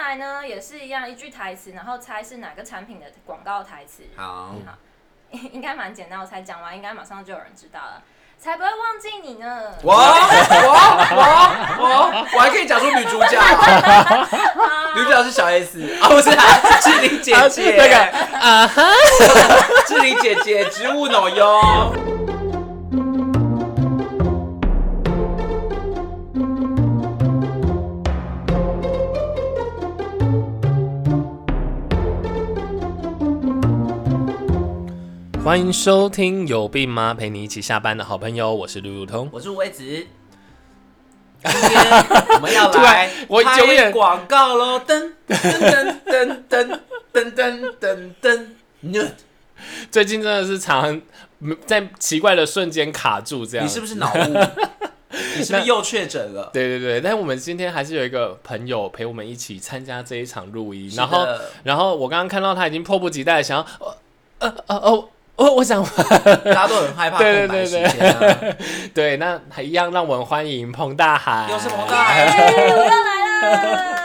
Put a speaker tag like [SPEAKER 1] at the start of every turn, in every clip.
[SPEAKER 1] 来呢，也是一样，一句台词，然后猜是哪个产品的广告台词。
[SPEAKER 2] 好，
[SPEAKER 1] 应该蛮简单，我才讲完，应该马上就有人知道了。才不会忘记你呢！
[SPEAKER 2] 我我我我我还可以讲出女主角，女主角是小 S 啊，不是啊，志玲姐姐，
[SPEAKER 3] 那个啊哈，
[SPEAKER 2] 志玲姐姐，植物脑哟。
[SPEAKER 3] 欢迎收听有病吗？陪你一起下班的好朋友，我是路路通。
[SPEAKER 2] 我是吴伟子。今天我们要
[SPEAKER 3] 突
[SPEAKER 2] 来
[SPEAKER 3] 然我
[SPEAKER 2] 拍
[SPEAKER 3] 久远
[SPEAKER 2] 广告喽！噔噔噔噔噔噔噔噔噔，
[SPEAKER 3] 最近真的是常嗯在奇怪的瞬间卡住，这样。
[SPEAKER 2] 你是不是 脑雾？你是不是又确诊了？
[SPEAKER 3] 对对对，但我们今天还是有一个朋友陪我们一起参加这一场录音，
[SPEAKER 2] 是的
[SPEAKER 3] 然后然后我刚刚看到他已经迫不及待地想要，呃呃呃哦。哦，我想
[SPEAKER 2] 大家都很害怕空白
[SPEAKER 3] 对对对
[SPEAKER 2] 时间啊。
[SPEAKER 3] 对，那还一样，让我们欢迎彭大海。
[SPEAKER 2] 又是彭大海，
[SPEAKER 1] 哎我又 来了，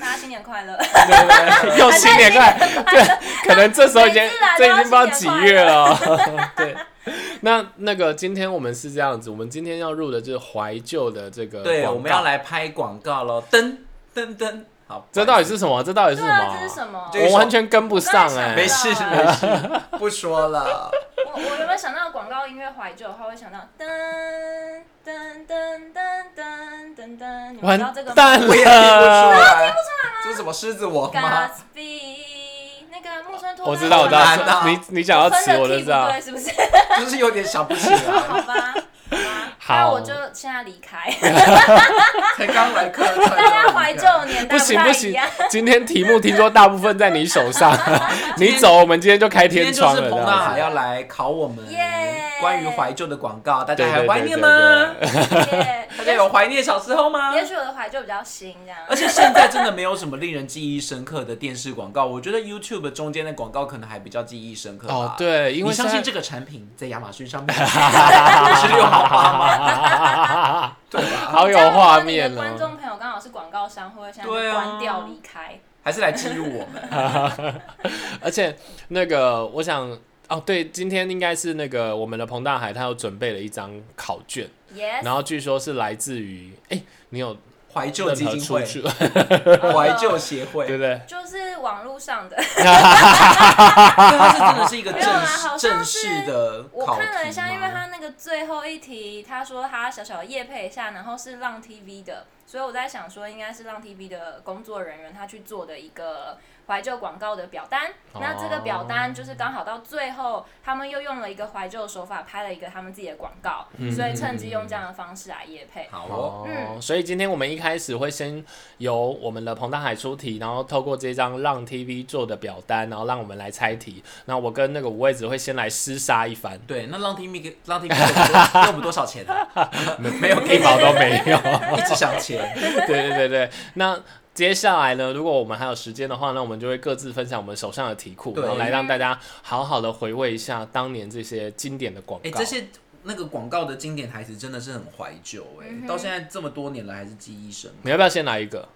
[SPEAKER 1] 大家新年快乐！ 啊
[SPEAKER 3] 又新年快，对，可能这时候已经
[SPEAKER 1] 每次来都
[SPEAKER 3] 这已
[SPEAKER 1] 要
[SPEAKER 3] 经不知道几
[SPEAKER 1] 新年
[SPEAKER 3] 月了。 对，那那个今天我们是这样子，我们今天要入的就是怀旧的这个，
[SPEAKER 2] 对，我们要。来拍广告喽！噔噔噔，好，
[SPEAKER 3] 这到底是什么？这到底是
[SPEAKER 1] 对
[SPEAKER 3] 什么？
[SPEAKER 1] 啊，这是什么？
[SPEAKER 2] 这
[SPEAKER 3] 我完全跟不上哎、
[SPEAKER 2] 没
[SPEAKER 1] 没
[SPEAKER 2] 事
[SPEAKER 1] 事
[SPEAKER 2] 没
[SPEAKER 1] 没
[SPEAKER 2] 事， 不说 了。
[SPEAKER 1] 我我原本想到广告音乐怀旧的话，会想到噔噔噔噔噔噔噔，你们
[SPEAKER 3] 完
[SPEAKER 1] 知道这个吗
[SPEAKER 3] 蛋
[SPEAKER 2] 我也听不出
[SPEAKER 3] 了！
[SPEAKER 2] 来，这是什么狮子王 吗？
[SPEAKER 1] ？Gatsby 那个木村拓哉，
[SPEAKER 3] 我知道，我知道
[SPEAKER 2] 很难啊
[SPEAKER 3] 是，你你讲到词
[SPEAKER 1] 分
[SPEAKER 3] 我
[SPEAKER 1] 的
[SPEAKER 3] 就
[SPEAKER 1] key 不
[SPEAKER 3] 知道。
[SPEAKER 1] 对，是不是？
[SPEAKER 2] 就是有点想不起来，
[SPEAKER 1] 好吧，
[SPEAKER 3] 好
[SPEAKER 1] 那我就现在离 开，
[SPEAKER 2] 才刚来客串。
[SPEAKER 1] 大家怀旧年代
[SPEAKER 3] 不行
[SPEAKER 1] 太
[SPEAKER 3] 不
[SPEAKER 1] 一
[SPEAKER 3] 行
[SPEAKER 1] 样。，
[SPEAKER 3] 今天题目听说大部分在你手 上，你走，我们今天就开
[SPEAKER 2] 今天
[SPEAKER 3] 天
[SPEAKER 2] 就
[SPEAKER 3] 窗
[SPEAKER 2] 是
[SPEAKER 3] 了。这
[SPEAKER 2] 彭
[SPEAKER 3] 样
[SPEAKER 2] 大
[SPEAKER 3] 子
[SPEAKER 2] 海要来考我 们
[SPEAKER 1] 耶
[SPEAKER 2] 关于怀旧的广告，大家
[SPEAKER 3] 对
[SPEAKER 2] 还
[SPEAKER 3] 对
[SPEAKER 2] 怀
[SPEAKER 3] 对
[SPEAKER 2] 念
[SPEAKER 3] 对
[SPEAKER 2] 吗？
[SPEAKER 3] 对
[SPEAKER 1] 耶
[SPEAKER 2] 大家有怀念小时候吗？
[SPEAKER 1] 也许我的怀旧比较新，这样。
[SPEAKER 2] 而且现在真的没有什么令人记忆深刻的电视广告，我觉得 YouTube 中间的广告可能还比较记忆深刻吧。
[SPEAKER 3] 哦，对，因为
[SPEAKER 2] 你相
[SPEAKER 3] 现
[SPEAKER 2] 信
[SPEAKER 3] 在
[SPEAKER 2] 这个产品在亚马逊上面 五十六毫八吗？ 对吧？
[SPEAKER 3] 好有画面
[SPEAKER 1] 这样如果你的观
[SPEAKER 3] 哦。
[SPEAKER 1] 众朋友刚好是广告商，会不会现在
[SPEAKER 2] 对
[SPEAKER 1] 就
[SPEAKER 2] 啊
[SPEAKER 1] 关掉离开？
[SPEAKER 2] 还是来记录我们？
[SPEAKER 3] 而且那个，我想哦，对，今天应该是那个我们的彭大海他有准备了一张考卷，
[SPEAKER 1] Yes，
[SPEAKER 3] 然后据说是来自于哎，你有
[SPEAKER 2] 怀旧基
[SPEAKER 3] 任何
[SPEAKER 2] 金
[SPEAKER 3] 出
[SPEAKER 2] 会、
[SPEAKER 3] 去，
[SPEAKER 2] 怀旧协会，对
[SPEAKER 3] 对不
[SPEAKER 1] 嗯
[SPEAKER 3] 对？
[SPEAKER 1] 就是网络上的，
[SPEAKER 2] 它是真的是一个
[SPEAKER 1] 没有
[SPEAKER 2] 正
[SPEAKER 1] 啊
[SPEAKER 2] 式
[SPEAKER 1] 好像
[SPEAKER 2] 正式的
[SPEAKER 1] 我
[SPEAKER 2] 考题
[SPEAKER 1] 看了一下，因为
[SPEAKER 2] 吗
[SPEAKER 1] 他那个最后一题，他说他小小夜配一下，然后是浪 TV 的，所以我在想说，应该是浪 TV 的工作人员他去做的一个怀旧广告的表单。
[SPEAKER 3] 哦
[SPEAKER 1] 那这个表单就是刚好到最后，他们又用了一个怀旧的手法拍了一个他们自己的广告，
[SPEAKER 2] 嗯
[SPEAKER 1] 所以趁机用这样的方式来夜配。
[SPEAKER 2] 好哦，
[SPEAKER 3] 哦，所以今天我们一开始会先由我们的彭大海出题，然后透过这张让 TV 做的表单，然后让我们来猜题。那我跟那个五位子会先来厮杀一番，
[SPEAKER 2] 对，那浪 TV 给浪 TV 给我们多给 我们多少钱啊？ 没有
[SPEAKER 3] 一毛都没有。
[SPEAKER 2] 一直想钱，
[SPEAKER 3] 对对对对，那。接下来呢，如果我们还有时间的话，那我们就会各自分享我们手上的题库，
[SPEAKER 2] 对
[SPEAKER 3] 然后来让大家好好的回味一下当年这些经典的广告。
[SPEAKER 2] 哎，这些那个广告的经典台词真的是很怀旧
[SPEAKER 1] 嗯
[SPEAKER 2] 哎，到现在这么多年来还是记忆深刻。
[SPEAKER 3] 你要不要先来一个？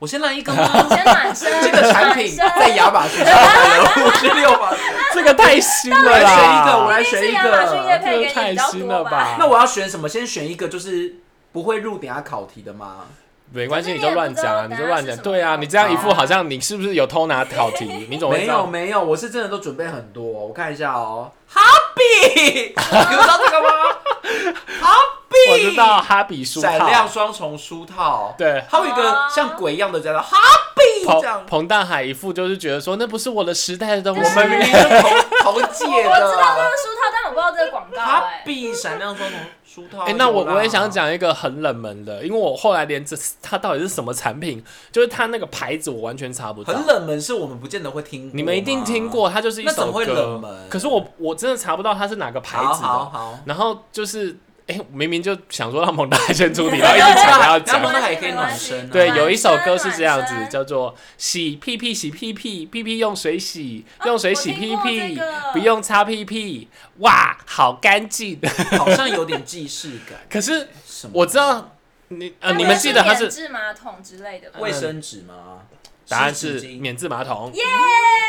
[SPEAKER 2] 我先来一个吗？
[SPEAKER 1] 先暖 身，
[SPEAKER 2] 这个产品
[SPEAKER 1] 暖身
[SPEAKER 2] 在亚马逊上面有五十六吧，
[SPEAKER 3] 这个太新
[SPEAKER 2] 我
[SPEAKER 3] 了
[SPEAKER 2] 来选一个，我
[SPEAKER 3] 啦！
[SPEAKER 2] 来
[SPEAKER 1] 一定
[SPEAKER 2] 选
[SPEAKER 1] 是
[SPEAKER 2] 一
[SPEAKER 1] 亚马逊业
[SPEAKER 2] 个。
[SPEAKER 1] 配给
[SPEAKER 3] 这个
[SPEAKER 1] 你比较
[SPEAKER 3] 太新
[SPEAKER 1] 多
[SPEAKER 3] 了吧
[SPEAKER 2] 那我要选什么？先选一个就是不会入等下考题的吗？
[SPEAKER 3] 没关系，
[SPEAKER 1] 可
[SPEAKER 3] 你
[SPEAKER 1] 是你也
[SPEAKER 3] 就乱
[SPEAKER 1] 不知
[SPEAKER 3] 讲，啊，
[SPEAKER 1] 道
[SPEAKER 3] 你
[SPEAKER 1] 大
[SPEAKER 3] 就
[SPEAKER 1] 家
[SPEAKER 3] 乱
[SPEAKER 1] 是
[SPEAKER 3] 讲。
[SPEAKER 1] 什么
[SPEAKER 3] 对啊，
[SPEAKER 1] 广
[SPEAKER 3] 你这样一副
[SPEAKER 2] 告
[SPEAKER 3] 好像你是不是有偷拿考题？你总会
[SPEAKER 2] 没
[SPEAKER 3] 知
[SPEAKER 2] 有
[SPEAKER 3] 道
[SPEAKER 2] 没有，我是真的都准备很多、我看一下哦。Happy，你们知道这个吗？Happy，
[SPEAKER 3] 我知道，哈比书
[SPEAKER 2] 闪
[SPEAKER 3] 套，
[SPEAKER 2] 亮双重书套，
[SPEAKER 3] 对
[SPEAKER 2] 还有一个
[SPEAKER 1] 哦
[SPEAKER 2] 像鬼一样的叫做啊 Happy，这样
[SPEAKER 3] 彭。彭大海一副就是觉得说那不是我的时代的东
[SPEAKER 2] 我
[SPEAKER 3] 西，啊
[SPEAKER 2] 们明 明是同同
[SPEAKER 1] 我知
[SPEAKER 2] 届
[SPEAKER 1] 道这
[SPEAKER 2] 的啊
[SPEAKER 1] 个书套，但我不知道这个广告哎、
[SPEAKER 2] ，Happy 闪亮双重书套。
[SPEAKER 3] 哎、那
[SPEAKER 2] 哦
[SPEAKER 3] 我
[SPEAKER 2] 有啦
[SPEAKER 3] 我也想，讲一个很冷门的，因为我后来连这它到底是什么产品，就是它那个牌子我完全查不到。
[SPEAKER 2] 很冷门，是我们不见得会听过吗，
[SPEAKER 3] 你们一定听过，它就是一
[SPEAKER 2] 那怎么
[SPEAKER 3] 首
[SPEAKER 2] 会冷
[SPEAKER 3] 歌
[SPEAKER 2] 门。
[SPEAKER 3] 可是我我真的查不到它是哪个牌
[SPEAKER 2] 好
[SPEAKER 3] 子的。
[SPEAKER 2] 好好，
[SPEAKER 3] 然后就是，哎、明明就想说让蒙大先出题，然后一直抢着 要
[SPEAKER 2] 然后
[SPEAKER 3] 讲。
[SPEAKER 2] 那还可以暖身啊
[SPEAKER 3] 对，
[SPEAKER 2] 暖
[SPEAKER 3] 有一首歌是这样子
[SPEAKER 2] 啊
[SPEAKER 1] 暖，身
[SPEAKER 3] 叫做“洗屁屁洗屁屁，屁屁用水洗，
[SPEAKER 2] 啊
[SPEAKER 3] 用水洗屁
[SPEAKER 1] 我听
[SPEAKER 3] 屁
[SPEAKER 1] 过这个，
[SPEAKER 3] 不用擦屁屁，哇，好干净。
[SPEAKER 2] 好像有点既视感”。。
[SPEAKER 3] 可是
[SPEAKER 2] 什么？
[SPEAKER 3] 我知道你呃，
[SPEAKER 1] 它
[SPEAKER 3] 你们记得它是
[SPEAKER 1] 免治马桶之类的吧？
[SPEAKER 2] 卫生纸吗？
[SPEAKER 3] 嗯答案是
[SPEAKER 2] 湿纸巾
[SPEAKER 3] 免治马桶。
[SPEAKER 2] 嗯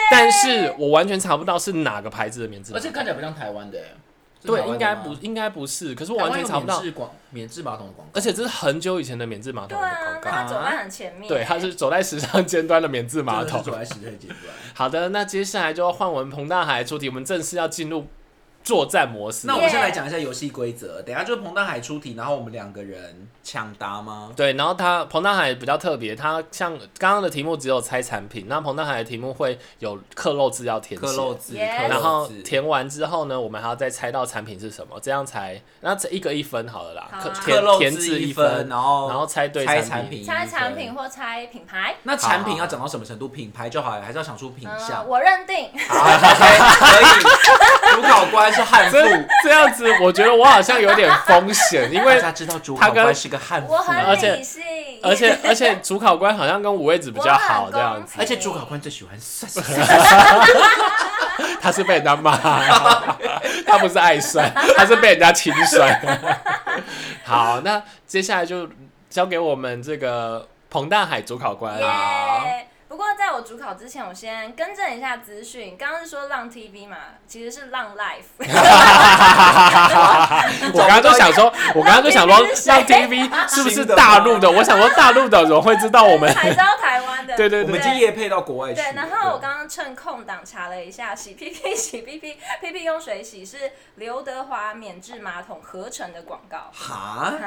[SPEAKER 3] 但是我完全查不到是哪个牌子的免治马
[SPEAKER 4] 而
[SPEAKER 3] 桶
[SPEAKER 4] 且。看起来不像台湾的欸，是
[SPEAKER 3] 对
[SPEAKER 4] 台，湾
[SPEAKER 3] 应
[SPEAKER 4] 的
[SPEAKER 3] 该
[SPEAKER 4] 吗
[SPEAKER 3] 不，应该不是。可是我
[SPEAKER 4] 台
[SPEAKER 3] 完
[SPEAKER 4] 湾
[SPEAKER 3] 全
[SPEAKER 4] 有
[SPEAKER 3] 查不到
[SPEAKER 4] 免，治广免治马桶的广告，
[SPEAKER 3] 而且这是很久以前的免治马
[SPEAKER 1] 对
[SPEAKER 3] 桶的
[SPEAKER 1] 啊
[SPEAKER 3] 广，告。
[SPEAKER 1] 那他走在很前面。
[SPEAKER 3] 对，它是走在时尚尖端的免治马桶
[SPEAKER 4] 走。在时代尖端。
[SPEAKER 3] 好的，那接下来就要换我们彭大海出题，我们正式要进入作战模式。
[SPEAKER 2] 那我们先来讲一下游戏规则，等一下就是彭大海出题，然后我们两个人抢答吗？
[SPEAKER 3] 对，然后他彭大海比较特别，他像刚刚的题目只有猜产品，那彭大海的题目会有刻漏字要填
[SPEAKER 2] 克
[SPEAKER 3] 写。
[SPEAKER 2] 漏字，
[SPEAKER 1] Yes
[SPEAKER 2] 克
[SPEAKER 3] 然
[SPEAKER 2] 漏
[SPEAKER 3] 后
[SPEAKER 2] 字。
[SPEAKER 3] 填完之后呢，我们还要再猜到产品是什么，这样才那这一个一分好了啦，
[SPEAKER 1] 好啊
[SPEAKER 3] 刻
[SPEAKER 2] 克
[SPEAKER 3] 填
[SPEAKER 2] 漏
[SPEAKER 3] 填
[SPEAKER 2] 字
[SPEAKER 3] 字
[SPEAKER 2] 一分，哦
[SPEAKER 3] 分，
[SPEAKER 2] 然后
[SPEAKER 3] 然后猜对
[SPEAKER 2] 猜
[SPEAKER 3] 产
[SPEAKER 2] 产
[SPEAKER 3] 品
[SPEAKER 2] 品，
[SPEAKER 1] 猜产品。或猜品牌。
[SPEAKER 2] 那产品要讲到什么程度？品牌就好了，还是要想出品
[SPEAKER 1] 嗯、
[SPEAKER 2] 相？
[SPEAKER 1] 啊我认定。
[SPEAKER 2] 好，OK，可以。主考官是悍妇，
[SPEAKER 3] 这这样子，我觉得我好像有点风险，因
[SPEAKER 2] 大
[SPEAKER 3] 为
[SPEAKER 2] 家知道主
[SPEAKER 3] 他
[SPEAKER 2] 考
[SPEAKER 3] 跟
[SPEAKER 2] 官是个悍妇
[SPEAKER 1] 我，
[SPEAKER 3] 而
[SPEAKER 1] 很
[SPEAKER 3] 且
[SPEAKER 1] 理性，
[SPEAKER 3] 而且而且主考官好像跟五位子比较好这样子
[SPEAKER 1] 我，
[SPEAKER 2] 而且主考官最喜欢算算算
[SPEAKER 3] 他是被人家骂，他不是爱摔，他是被人家轻摔。 好，那接下来就交给我们这个彭大海主考官。
[SPEAKER 2] 啊
[SPEAKER 1] 耶。不过在我主考之前，我先更正一下资讯。刚刚是说浪 TV 嘛，其实是浪 Life。
[SPEAKER 3] 我刚刚就想说，我刚刚就想说，让 TV 是不是大陆的？我想说大陆的人会知道 我们。
[SPEAKER 1] 才知道台湾的。
[SPEAKER 3] 对对
[SPEAKER 2] 我们
[SPEAKER 3] 对
[SPEAKER 2] 已，经夜配到国外去了。
[SPEAKER 1] 对，然后我刚刚趁空档查了一下，洗 PP 洗 PP PP 用水洗是刘德华免治马桶合成的广告。
[SPEAKER 2] 哈，
[SPEAKER 1] 啊，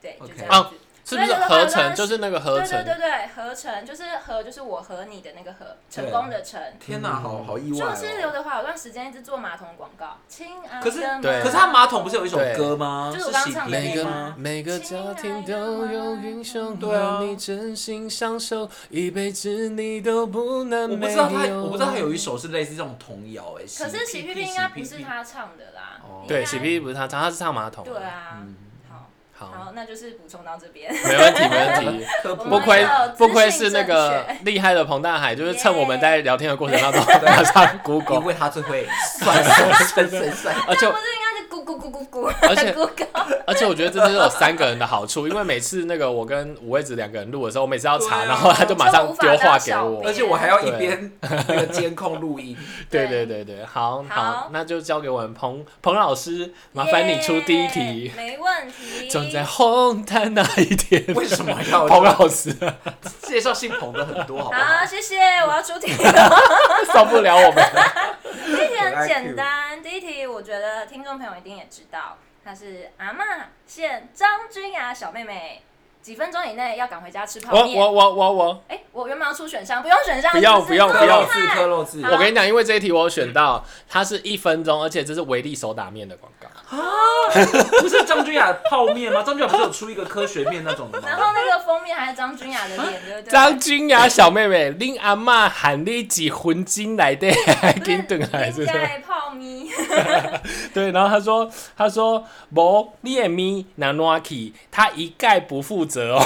[SPEAKER 1] 对，就
[SPEAKER 2] OK
[SPEAKER 1] 这样子。
[SPEAKER 3] 是不是合成？就是那个合
[SPEAKER 1] 对对
[SPEAKER 3] 成。
[SPEAKER 1] 对对，合成就是合，就是我和你的那个合，成功的成。
[SPEAKER 2] 天哪，好好意外
[SPEAKER 1] 就
[SPEAKER 2] 哦。
[SPEAKER 1] 是刘德华有段时间一直做马桶广告，亲爱的
[SPEAKER 2] 可是
[SPEAKER 1] 马桶
[SPEAKER 3] 对
[SPEAKER 2] 可是他马桶不是有一首歌吗？
[SPEAKER 1] 就是我刚
[SPEAKER 2] 喜
[SPEAKER 1] 唱的那
[SPEAKER 2] 皮
[SPEAKER 3] 每
[SPEAKER 1] 个
[SPEAKER 3] 个
[SPEAKER 2] 吗？
[SPEAKER 3] 每个家庭都有英雄，
[SPEAKER 2] 对啊
[SPEAKER 3] 和你真心相守，一辈子你都不能
[SPEAKER 2] 我不
[SPEAKER 3] 没
[SPEAKER 2] 知
[SPEAKER 3] 有。
[SPEAKER 2] 道他，我不知道他有一首是类似这种童谣哎。
[SPEAKER 1] 可是喜屁
[SPEAKER 2] 屁
[SPEAKER 1] 屁
[SPEAKER 2] 屁
[SPEAKER 1] 应该不是。他唱的啦应
[SPEAKER 2] 哦，
[SPEAKER 1] 该
[SPEAKER 3] 对，喜 P 不是他唱，他是唱马桶。
[SPEAKER 1] 啊对啊，好，
[SPEAKER 3] 好，
[SPEAKER 1] 好，那就是补充到这边。
[SPEAKER 3] 没问题，没问题。
[SPEAKER 2] 科普
[SPEAKER 1] 我
[SPEAKER 3] 不
[SPEAKER 1] 们
[SPEAKER 3] 愧
[SPEAKER 1] 要有
[SPEAKER 3] 不
[SPEAKER 1] 资
[SPEAKER 3] 愧是
[SPEAKER 1] 讯
[SPEAKER 3] 那个
[SPEAKER 1] 正
[SPEAKER 3] 厉害的彭大海，就是趁我们
[SPEAKER 1] 耶
[SPEAKER 3] 在聊天的过程当中，马上 Google
[SPEAKER 2] 因。为他最会算算算算算。
[SPEAKER 3] 而且
[SPEAKER 1] 不是应该是咕咕咕咕咕，
[SPEAKER 3] 而且
[SPEAKER 1] 咕咕，
[SPEAKER 3] 而且我觉得这是有三个人的好处，因为每次那个我跟五位子两个人录的时候，我每次要查，
[SPEAKER 2] 对啊
[SPEAKER 3] 然后他就马上丢话给
[SPEAKER 1] 就无法到
[SPEAKER 3] 我
[SPEAKER 1] 小。
[SPEAKER 2] 而且我还要一边那个监控录音，
[SPEAKER 3] 对对对对，好
[SPEAKER 1] 好
[SPEAKER 3] 那就交给我们彭彭老师，麻烦你出第一题
[SPEAKER 1] 耶。没问题。
[SPEAKER 3] 正在红毯那一天，
[SPEAKER 2] 为什么 要
[SPEAKER 3] 彭老师
[SPEAKER 2] 介绍姓彭的很多，好不好
[SPEAKER 1] 好，？谢谢，我要出题了。
[SPEAKER 3] 受不 了我们？
[SPEAKER 1] 第一题很简单，第一题我觉得听众朋友一定也知道，她是阿嬷现张君雅小妹妹，几分钟以内要赶回家吃泡
[SPEAKER 3] 我
[SPEAKER 1] 面。
[SPEAKER 3] 我我我我，
[SPEAKER 1] 哎、我原本要出选项，不用选项，
[SPEAKER 3] 不要
[SPEAKER 1] 是是
[SPEAKER 3] 不用
[SPEAKER 1] 这么
[SPEAKER 2] 克
[SPEAKER 3] 不要
[SPEAKER 2] 漏
[SPEAKER 1] 厉
[SPEAKER 2] 字，
[SPEAKER 1] 害
[SPEAKER 2] 克漏
[SPEAKER 1] 啊
[SPEAKER 2] 字。
[SPEAKER 3] 我跟你讲，因为这一题我有选到，它是一分钟，而且这是维力手打面的广告。
[SPEAKER 2] 不是张君雅泡面吗？张君雅不是有出一个科学面那种的
[SPEAKER 1] 然
[SPEAKER 2] 吗？
[SPEAKER 1] 后那个封面还是张君雅的脸，对不对？
[SPEAKER 3] 啊张君雅小妹妹，恁阿嬷喊你几魂金来的， 跟等还是
[SPEAKER 1] 应
[SPEAKER 3] 什么？
[SPEAKER 1] 该泡咪，
[SPEAKER 3] 对，然后他说，他说，无你的咪那哪去，他一概不负责哦。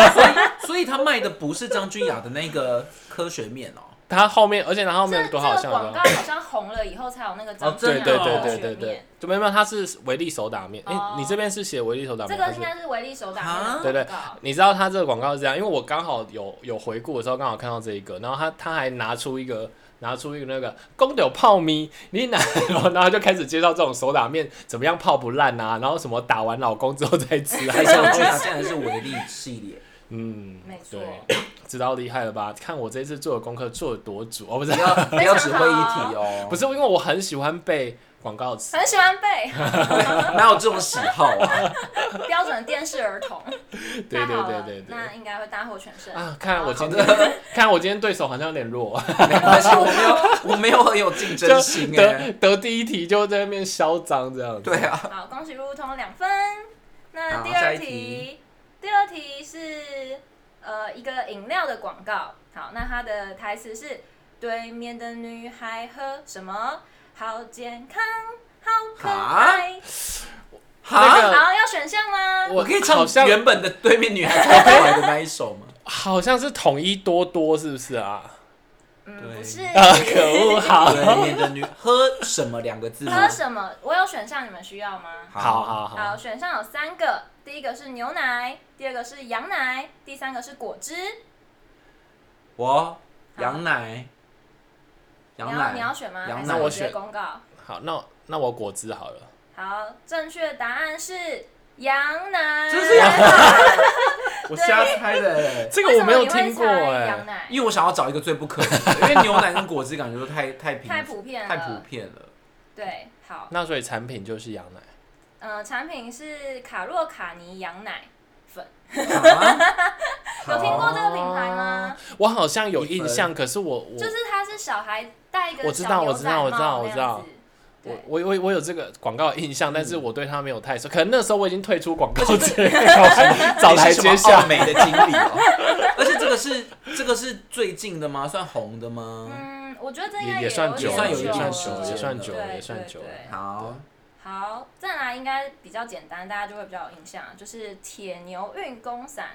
[SPEAKER 2] 所以他卖的不是张君雅的那个科学面 哦。
[SPEAKER 3] 他后面，而且他后
[SPEAKER 1] 这
[SPEAKER 3] 面
[SPEAKER 1] 这
[SPEAKER 3] 多
[SPEAKER 1] 个
[SPEAKER 3] 好笑
[SPEAKER 1] 广告
[SPEAKER 3] 啊！
[SPEAKER 1] 好像红了以后才有那个张君
[SPEAKER 3] 哦对
[SPEAKER 1] 雅
[SPEAKER 3] 对
[SPEAKER 1] 的
[SPEAKER 3] 对
[SPEAKER 1] 泡
[SPEAKER 3] 对对
[SPEAKER 1] 面
[SPEAKER 3] 对，就没有没有，他是维力手打面。哎、
[SPEAKER 1] 哦
[SPEAKER 3] 你这边是写维力手打
[SPEAKER 1] 这
[SPEAKER 3] 面，
[SPEAKER 1] 个
[SPEAKER 3] 还
[SPEAKER 1] 应
[SPEAKER 3] 是
[SPEAKER 1] 该是维力手打面
[SPEAKER 2] 啊
[SPEAKER 1] 的
[SPEAKER 3] 对对
[SPEAKER 1] 广告，
[SPEAKER 3] 你知道他这个广告是这样，因为我刚好有有回顾的时候，刚好看到这一个，然后他他还拿出一个拿出一个那个公牛泡咪，你拿， 然后然后就开始介绍这种手打面怎么样泡不烂啊，然后什么打完老公之后再吃，
[SPEAKER 2] 还
[SPEAKER 3] 还是
[SPEAKER 2] 张君雅竟然是维力系列，
[SPEAKER 3] 嗯，
[SPEAKER 1] 没错
[SPEAKER 3] 对，知道厉害了吧？看我这次做的功课做的多足哦，不是
[SPEAKER 2] 不要不要只会一题哦，
[SPEAKER 3] 不是，因为我很喜欢背广告词。
[SPEAKER 1] 很喜欢 背
[SPEAKER 2] 哪有这种喜好 啊？
[SPEAKER 1] 标准的电视儿童，
[SPEAKER 3] 对
[SPEAKER 1] 太
[SPEAKER 3] 对
[SPEAKER 1] 好
[SPEAKER 3] 对
[SPEAKER 1] 了
[SPEAKER 3] 对，对。
[SPEAKER 1] 那应该会大获全胜。
[SPEAKER 3] 啊，看来我今
[SPEAKER 2] 好
[SPEAKER 3] 天， 看来我今天对手好像有点弱，
[SPEAKER 2] 没关系，我没有我没有很有竞
[SPEAKER 3] 就
[SPEAKER 2] 争心哎。
[SPEAKER 3] 得得第一题就在那边嚣张这样子。
[SPEAKER 2] 对啊，
[SPEAKER 1] 好，恭喜入通两分。那
[SPEAKER 2] 好
[SPEAKER 1] 第
[SPEAKER 2] 下
[SPEAKER 1] 二
[SPEAKER 2] 一
[SPEAKER 1] 题
[SPEAKER 2] 题，
[SPEAKER 1] 第二题是呃一个饮料的广告。好，那它的台词是：对面的女孩喝什么？好健康，好可爱。
[SPEAKER 3] 那
[SPEAKER 2] 哈，
[SPEAKER 3] 个
[SPEAKER 1] 好，要选项啦。
[SPEAKER 2] 我可以唱
[SPEAKER 3] 好像
[SPEAKER 2] 原本的对面女孩唱出来的那一首 吗？
[SPEAKER 3] 好像是统一多多是不是啊？
[SPEAKER 1] 嗯，
[SPEAKER 2] 对
[SPEAKER 1] 不是。
[SPEAKER 3] 啊，可恶！好，
[SPEAKER 2] 对面的女喝什么两个字吗？
[SPEAKER 1] 喝什么？我有选项，你们需要吗？
[SPEAKER 3] 好好
[SPEAKER 1] 好，
[SPEAKER 3] 好，
[SPEAKER 1] 选项有三个，第一个是牛奶，第二个是羊奶，第三个是果汁。
[SPEAKER 2] 我羊奶，
[SPEAKER 1] 你
[SPEAKER 2] 羊
[SPEAKER 1] 要你要
[SPEAKER 2] 奶，
[SPEAKER 1] 选吗？
[SPEAKER 2] 羊
[SPEAKER 1] 还是
[SPEAKER 2] 奶
[SPEAKER 1] 直
[SPEAKER 3] 我
[SPEAKER 1] 接
[SPEAKER 3] 选
[SPEAKER 1] 公告？
[SPEAKER 3] 好，那那我果汁好了。
[SPEAKER 1] 好，正确答案是羊奶。
[SPEAKER 2] 真是羊
[SPEAKER 1] 奶，
[SPEAKER 2] 我瞎猜 的欸，
[SPEAKER 3] 这个我没有听过
[SPEAKER 1] 羊
[SPEAKER 3] 哎、
[SPEAKER 1] 奶
[SPEAKER 2] 因为我想要找一个最不可能的，因为牛奶跟果汁感觉都太太平
[SPEAKER 1] 太普遍了。
[SPEAKER 2] 太普遍 了。
[SPEAKER 1] 对，好，
[SPEAKER 3] 那所以产品就是羊奶。
[SPEAKER 1] 呃，产品是卡洛卡尼羊奶粉，
[SPEAKER 2] 啊
[SPEAKER 1] 有听过这个品牌吗？
[SPEAKER 3] 我好像有印象，可是我我
[SPEAKER 1] 就是它是小孩戴一个
[SPEAKER 3] 我知道
[SPEAKER 1] 小牛仔
[SPEAKER 3] 我知道
[SPEAKER 1] 帽
[SPEAKER 3] 我知道我知
[SPEAKER 1] 那样
[SPEAKER 3] 道
[SPEAKER 1] 子
[SPEAKER 3] 我
[SPEAKER 1] 对，
[SPEAKER 3] 我我我有这个广告的印象，但是我对它没有太熟。可能那时候我已经退出广告界，我还找台阶下。
[SPEAKER 2] 美的经理哦，而且这个是这个是最近的吗？算红的吗？
[SPEAKER 1] 嗯，我觉得这应该
[SPEAKER 3] 也也算
[SPEAKER 1] 有
[SPEAKER 3] 久
[SPEAKER 1] 点
[SPEAKER 3] 了，
[SPEAKER 2] 算
[SPEAKER 1] 久
[SPEAKER 2] 有
[SPEAKER 3] 也算
[SPEAKER 2] 点
[SPEAKER 3] 久
[SPEAKER 2] 久
[SPEAKER 3] 了，
[SPEAKER 1] 了
[SPEAKER 3] 也算
[SPEAKER 1] 对对
[SPEAKER 3] 久了，也算久了。
[SPEAKER 1] 对
[SPEAKER 2] 好，
[SPEAKER 1] 好，再来应该比较简单，大家就会比较有印象，就是铁牛运功伞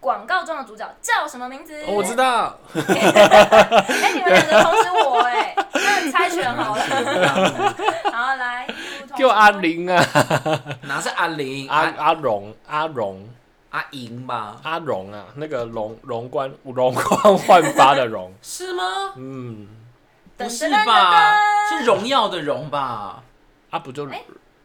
[SPEAKER 1] 广告中的主角叫什么名字？
[SPEAKER 3] 哦我知。道，
[SPEAKER 1] 哎、你们两个同时我哎、那猜拳好 了。好，来，
[SPEAKER 3] 就阿。玲啊，
[SPEAKER 2] 哪是阿玲？
[SPEAKER 3] 阿
[SPEAKER 2] 阿
[SPEAKER 3] 阿荣，阿荣，
[SPEAKER 2] 阿莹吧？，
[SPEAKER 3] 阿荣啊，那个荣荣冠荣光焕发的荣
[SPEAKER 2] 是吗？
[SPEAKER 3] 嗯，
[SPEAKER 1] 噔
[SPEAKER 2] 不
[SPEAKER 1] 噔
[SPEAKER 2] 是
[SPEAKER 1] 噔噔
[SPEAKER 2] 吧？
[SPEAKER 1] 噔
[SPEAKER 2] 是荣耀的荣吧？
[SPEAKER 3] 啊不就
[SPEAKER 1] 哎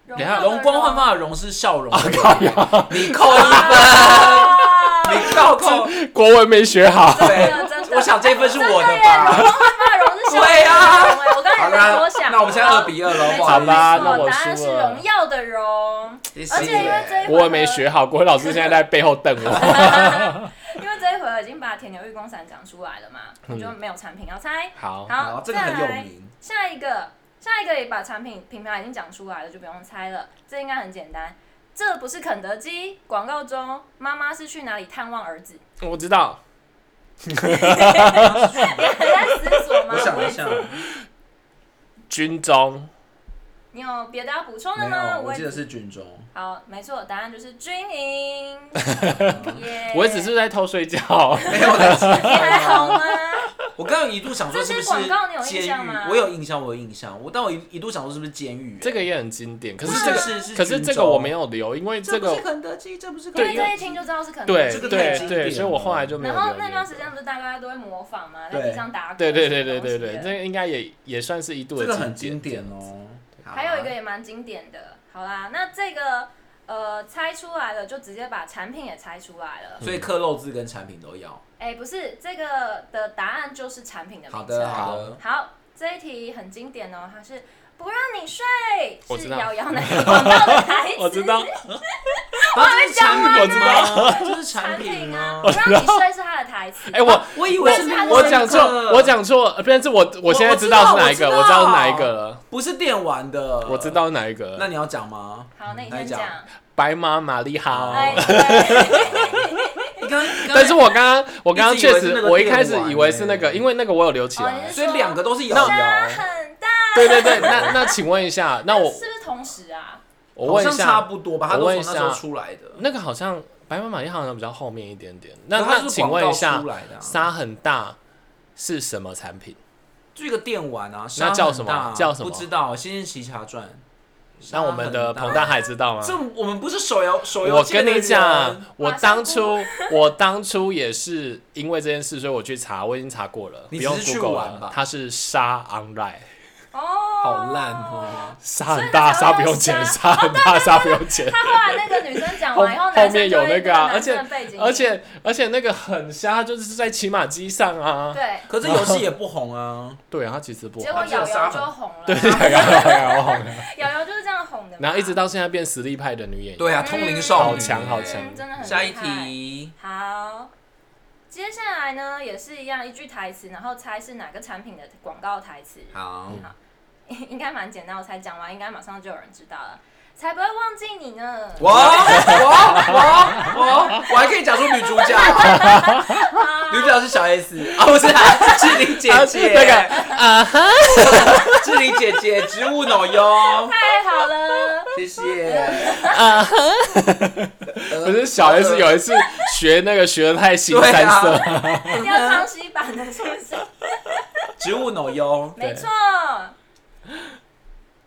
[SPEAKER 3] 等一下
[SPEAKER 2] 容光焕发的容是笑容。你扣一分，
[SPEAKER 1] 啊哦发。
[SPEAKER 2] 你倒扣。
[SPEAKER 3] 国文没学好，
[SPEAKER 2] 对
[SPEAKER 1] 真的真，的
[SPEAKER 2] 我想这一分是我的
[SPEAKER 1] 对耶，容
[SPEAKER 2] 吧？
[SPEAKER 1] 光焕发的容是小
[SPEAKER 2] 对啊
[SPEAKER 1] 容哎，我刚才
[SPEAKER 2] 好
[SPEAKER 1] 在多
[SPEAKER 2] 啦
[SPEAKER 1] 想。，
[SPEAKER 2] 那我们现在
[SPEAKER 1] 好
[SPEAKER 2] 二比二
[SPEAKER 1] 没
[SPEAKER 2] 喽，不
[SPEAKER 1] 错
[SPEAKER 2] 好意
[SPEAKER 3] 好吧
[SPEAKER 1] 没
[SPEAKER 3] 那
[SPEAKER 1] 错
[SPEAKER 3] 我
[SPEAKER 1] 答案
[SPEAKER 3] 输
[SPEAKER 1] 是
[SPEAKER 3] 了
[SPEAKER 1] 荣耀的荣，
[SPEAKER 2] 思。
[SPEAKER 1] 而且因为这一
[SPEAKER 3] 国
[SPEAKER 1] 回
[SPEAKER 3] 文没学好，国文老师现在在背后瞪 我。
[SPEAKER 1] 因为这一回合已经把铁牛玉公伞讲出来了嘛，我就没有产品要猜。
[SPEAKER 3] 嗯好，
[SPEAKER 1] 好，
[SPEAKER 2] 这
[SPEAKER 1] 再
[SPEAKER 2] 个
[SPEAKER 1] 来
[SPEAKER 2] 很有名，
[SPEAKER 1] 下一个，下一个也把产品品牌已经讲出来了，就不用猜了。这应该很简单。这不是肯德基广告中，妈妈是去哪里探望儿子？
[SPEAKER 3] 我知道，
[SPEAKER 1] 你还在思索吗？
[SPEAKER 2] 我想一想，
[SPEAKER 3] 军中
[SPEAKER 1] 你有别的要补充的
[SPEAKER 2] 没
[SPEAKER 1] 吗？
[SPEAKER 2] 有，我
[SPEAKER 1] 也
[SPEAKER 2] 记得是军中。
[SPEAKER 1] 好，没错，答案就是军 营。耶
[SPEAKER 3] 我只是在偷睡觉，
[SPEAKER 2] 没有在
[SPEAKER 1] 你还好吗？
[SPEAKER 2] 我刚刚一度想说是不是
[SPEAKER 1] 这些广告你有印
[SPEAKER 2] 监
[SPEAKER 1] 象吗
[SPEAKER 2] 狱？我有印象，我有印象。我但我一一度想说是不是监狱？
[SPEAKER 3] 这个也很经典。可
[SPEAKER 2] 可
[SPEAKER 3] 是这个，
[SPEAKER 2] 是是
[SPEAKER 3] 可是
[SPEAKER 2] 军
[SPEAKER 3] 这个
[SPEAKER 2] 中
[SPEAKER 3] 我没有留，因为这
[SPEAKER 2] 不是
[SPEAKER 3] 个
[SPEAKER 2] 肯德基，这不是肯
[SPEAKER 1] 因
[SPEAKER 2] 德
[SPEAKER 1] 为
[SPEAKER 2] 基。
[SPEAKER 1] 这一听就知道是肯德
[SPEAKER 3] 对
[SPEAKER 1] 基。
[SPEAKER 2] 这个太
[SPEAKER 3] 对
[SPEAKER 2] 经典
[SPEAKER 3] 对，
[SPEAKER 2] 了
[SPEAKER 3] 所以我后来就没有
[SPEAKER 1] 然后
[SPEAKER 3] 留这个。
[SPEAKER 1] 那段时间不是大家都会模仿吗？在
[SPEAKER 2] 对
[SPEAKER 1] 地上打滚。
[SPEAKER 3] 对对对对对
[SPEAKER 1] 什么
[SPEAKER 3] 对，
[SPEAKER 1] 东西
[SPEAKER 3] 这
[SPEAKER 1] 的
[SPEAKER 3] 个应该也也算是一度的
[SPEAKER 2] 这个很经
[SPEAKER 3] 典
[SPEAKER 2] 典。哦。好
[SPEAKER 1] 还有一个也蛮经典的。好啦，那这个呃猜出来了，就直接把产品也猜出来了。
[SPEAKER 3] 嗯
[SPEAKER 2] 所以克漏字跟产品都要。
[SPEAKER 1] 哎、不是这个的答案就是产品的
[SPEAKER 2] 好
[SPEAKER 1] 名称。
[SPEAKER 2] 的，好的。
[SPEAKER 1] 好，这一题很经典哦，它是不让你睡，
[SPEAKER 3] 我
[SPEAKER 1] 是
[SPEAKER 3] 知道
[SPEAKER 1] 瑶瑶奶奶广告的台词。
[SPEAKER 3] 我知道，
[SPEAKER 2] 啊，这是产品
[SPEAKER 3] 我知
[SPEAKER 2] 吗？这是
[SPEAKER 1] 产
[SPEAKER 2] 产
[SPEAKER 1] 品
[SPEAKER 2] 品
[SPEAKER 1] 啊
[SPEAKER 2] 吗，？
[SPEAKER 1] 不让你睡是它的台词。
[SPEAKER 3] 哎，我
[SPEAKER 2] 我以为是
[SPEAKER 1] 哎
[SPEAKER 2] 另外一个
[SPEAKER 3] 我讲错，我，讲错，呃但是我我现在知道是哪一个，
[SPEAKER 2] 我
[SPEAKER 3] 我
[SPEAKER 2] 我
[SPEAKER 3] 知
[SPEAKER 2] 知
[SPEAKER 3] 道
[SPEAKER 2] 道
[SPEAKER 3] 是哪一个了，
[SPEAKER 2] 不是电玩的。
[SPEAKER 3] 我知。道是哪一个
[SPEAKER 2] 呃那
[SPEAKER 3] 了。
[SPEAKER 2] 你要讲吗？
[SPEAKER 1] 好，那你
[SPEAKER 2] 来
[SPEAKER 1] 先
[SPEAKER 2] 讲
[SPEAKER 1] 讲。
[SPEAKER 3] 白马玛丽哈
[SPEAKER 1] 哎，，对
[SPEAKER 2] 你刚，刚
[SPEAKER 3] 但是我刚刚我刚刚
[SPEAKER 2] 一直以为
[SPEAKER 3] 确
[SPEAKER 2] 是
[SPEAKER 3] 实
[SPEAKER 2] 那，个
[SPEAKER 3] 我一开始
[SPEAKER 2] 电玩
[SPEAKER 3] 以为是那个，
[SPEAKER 2] 欸
[SPEAKER 3] 因为那个我有留起
[SPEAKER 1] 哦你
[SPEAKER 3] 来
[SPEAKER 1] 是。
[SPEAKER 2] 所以两个都是有
[SPEAKER 1] 它
[SPEAKER 3] 那
[SPEAKER 2] 的，
[SPEAKER 1] 很大，
[SPEAKER 3] 对对对，那那请问一下，那我
[SPEAKER 1] 是不是同时啊？
[SPEAKER 3] 我
[SPEAKER 2] 好
[SPEAKER 3] 问一
[SPEAKER 2] 像差
[SPEAKER 3] 下，
[SPEAKER 2] 不多吧？他
[SPEAKER 3] 我
[SPEAKER 2] 都
[SPEAKER 3] 问一
[SPEAKER 2] 从
[SPEAKER 3] 下
[SPEAKER 2] 那时候出来的。
[SPEAKER 3] 那个好像白马玛丽哈好像比较后面一点点。那
[SPEAKER 2] 可是它
[SPEAKER 3] 那
[SPEAKER 2] 就是
[SPEAKER 3] 请问一
[SPEAKER 2] 广告
[SPEAKER 3] 下
[SPEAKER 2] 出，来的啊
[SPEAKER 3] 沙很大是什么产品？
[SPEAKER 2] 就一个电玩啊，
[SPEAKER 3] 那叫什么
[SPEAKER 2] 沙很大
[SPEAKER 3] 叫什么
[SPEAKER 2] 不知道，《仙剑奇侠传》。
[SPEAKER 3] 那我们的彭
[SPEAKER 2] 沙
[SPEAKER 3] 大海知道
[SPEAKER 2] 很
[SPEAKER 3] 吗？
[SPEAKER 2] 大，这我们不是手游手游
[SPEAKER 3] 我
[SPEAKER 2] 界
[SPEAKER 3] 跟
[SPEAKER 2] 的
[SPEAKER 3] 你
[SPEAKER 2] 人
[SPEAKER 3] 讲，我
[SPEAKER 1] 马上
[SPEAKER 3] 当初我当初也是因为这件事，所以我去查，我已经查过了，
[SPEAKER 2] 你
[SPEAKER 3] 不用
[SPEAKER 2] 只是去
[SPEAKER 3] Google
[SPEAKER 2] 玩
[SPEAKER 3] 了
[SPEAKER 2] 吧
[SPEAKER 3] 它是沙 online，
[SPEAKER 1] 哦，
[SPEAKER 2] 好烂。哦，
[SPEAKER 3] 沙很大，
[SPEAKER 1] 所以它才会
[SPEAKER 3] 沙不用
[SPEAKER 1] 用
[SPEAKER 3] 钱，
[SPEAKER 1] 沙
[SPEAKER 3] 沙很大，沙不用钱。
[SPEAKER 1] 他后来那个女生讲完以后，
[SPEAKER 3] 后
[SPEAKER 1] 男
[SPEAKER 3] 后面
[SPEAKER 1] 生就
[SPEAKER 3] 有
[SPEAKER 1] 会
[SPEAKER 3] 那个啊
[SPEAKER 1] 男生的背景音
[SPEAKER 3] 而且而且那个很瞎，就是在骑马机上啊。
[SPEAKER 1] 对，
[SPEAKER 2] 可是游戏也不红啊，
[SPEAKER 3] 对啊，它其实不
[SPEAKER 1] 结
[SPEAKER 3] 好。
[SPEAKER 1] 果瑶瑶就红了，
[SPEAKER 3] 对，然后然后
[SPEAKER 1] 瑶瑶就是这样红的嘛，
[SPEAKER 3] 然后一直到现在变实力派的女演员。
[SPEAKER 2] 对啊，
[SPEAKER 1] 嗯
[SPEAKER 2] 通灵少女
[SPEAKER 3] 好强好强
[SPEAKER 1] 嗯真的很厉害
[SPEAKER 2] 下一。题，
[SPEAKER 1] 好，接下来呢也是一样，一句台词，然后猜是哪个产品的广告台词，
[SPEAKER 2] 好，
[SPEAKER 1] 应该蛮简单，我才讲完，应该马上就有人知道了，才不会忘记你呢。
[SPEAKER 2] 我我我我我还可以讲出女主角， 女主角是小 S 啊，不是啊志玲姐
[SPEAKER 3] 啊
[SPEAKER 2] 姐，
[SPEAKER 3] 那个
[SPEAKER 2] 志玲姐姐植物脑哟，
[SPEAKER 1] 太好了，
[SPEAKER 2] 谢谢。
[SPEAKER 3] 可是小 S 有一次学那个学的太新
[SPEAKER 2] 对
[SPEAKER 3] 三色，
[SPEAKER 2] 啊，
[SPEAKER 1] 要康熙版的是不是？
[SPEAKER 2] 植物 脑哟，
[SPEAKER 1] 没错。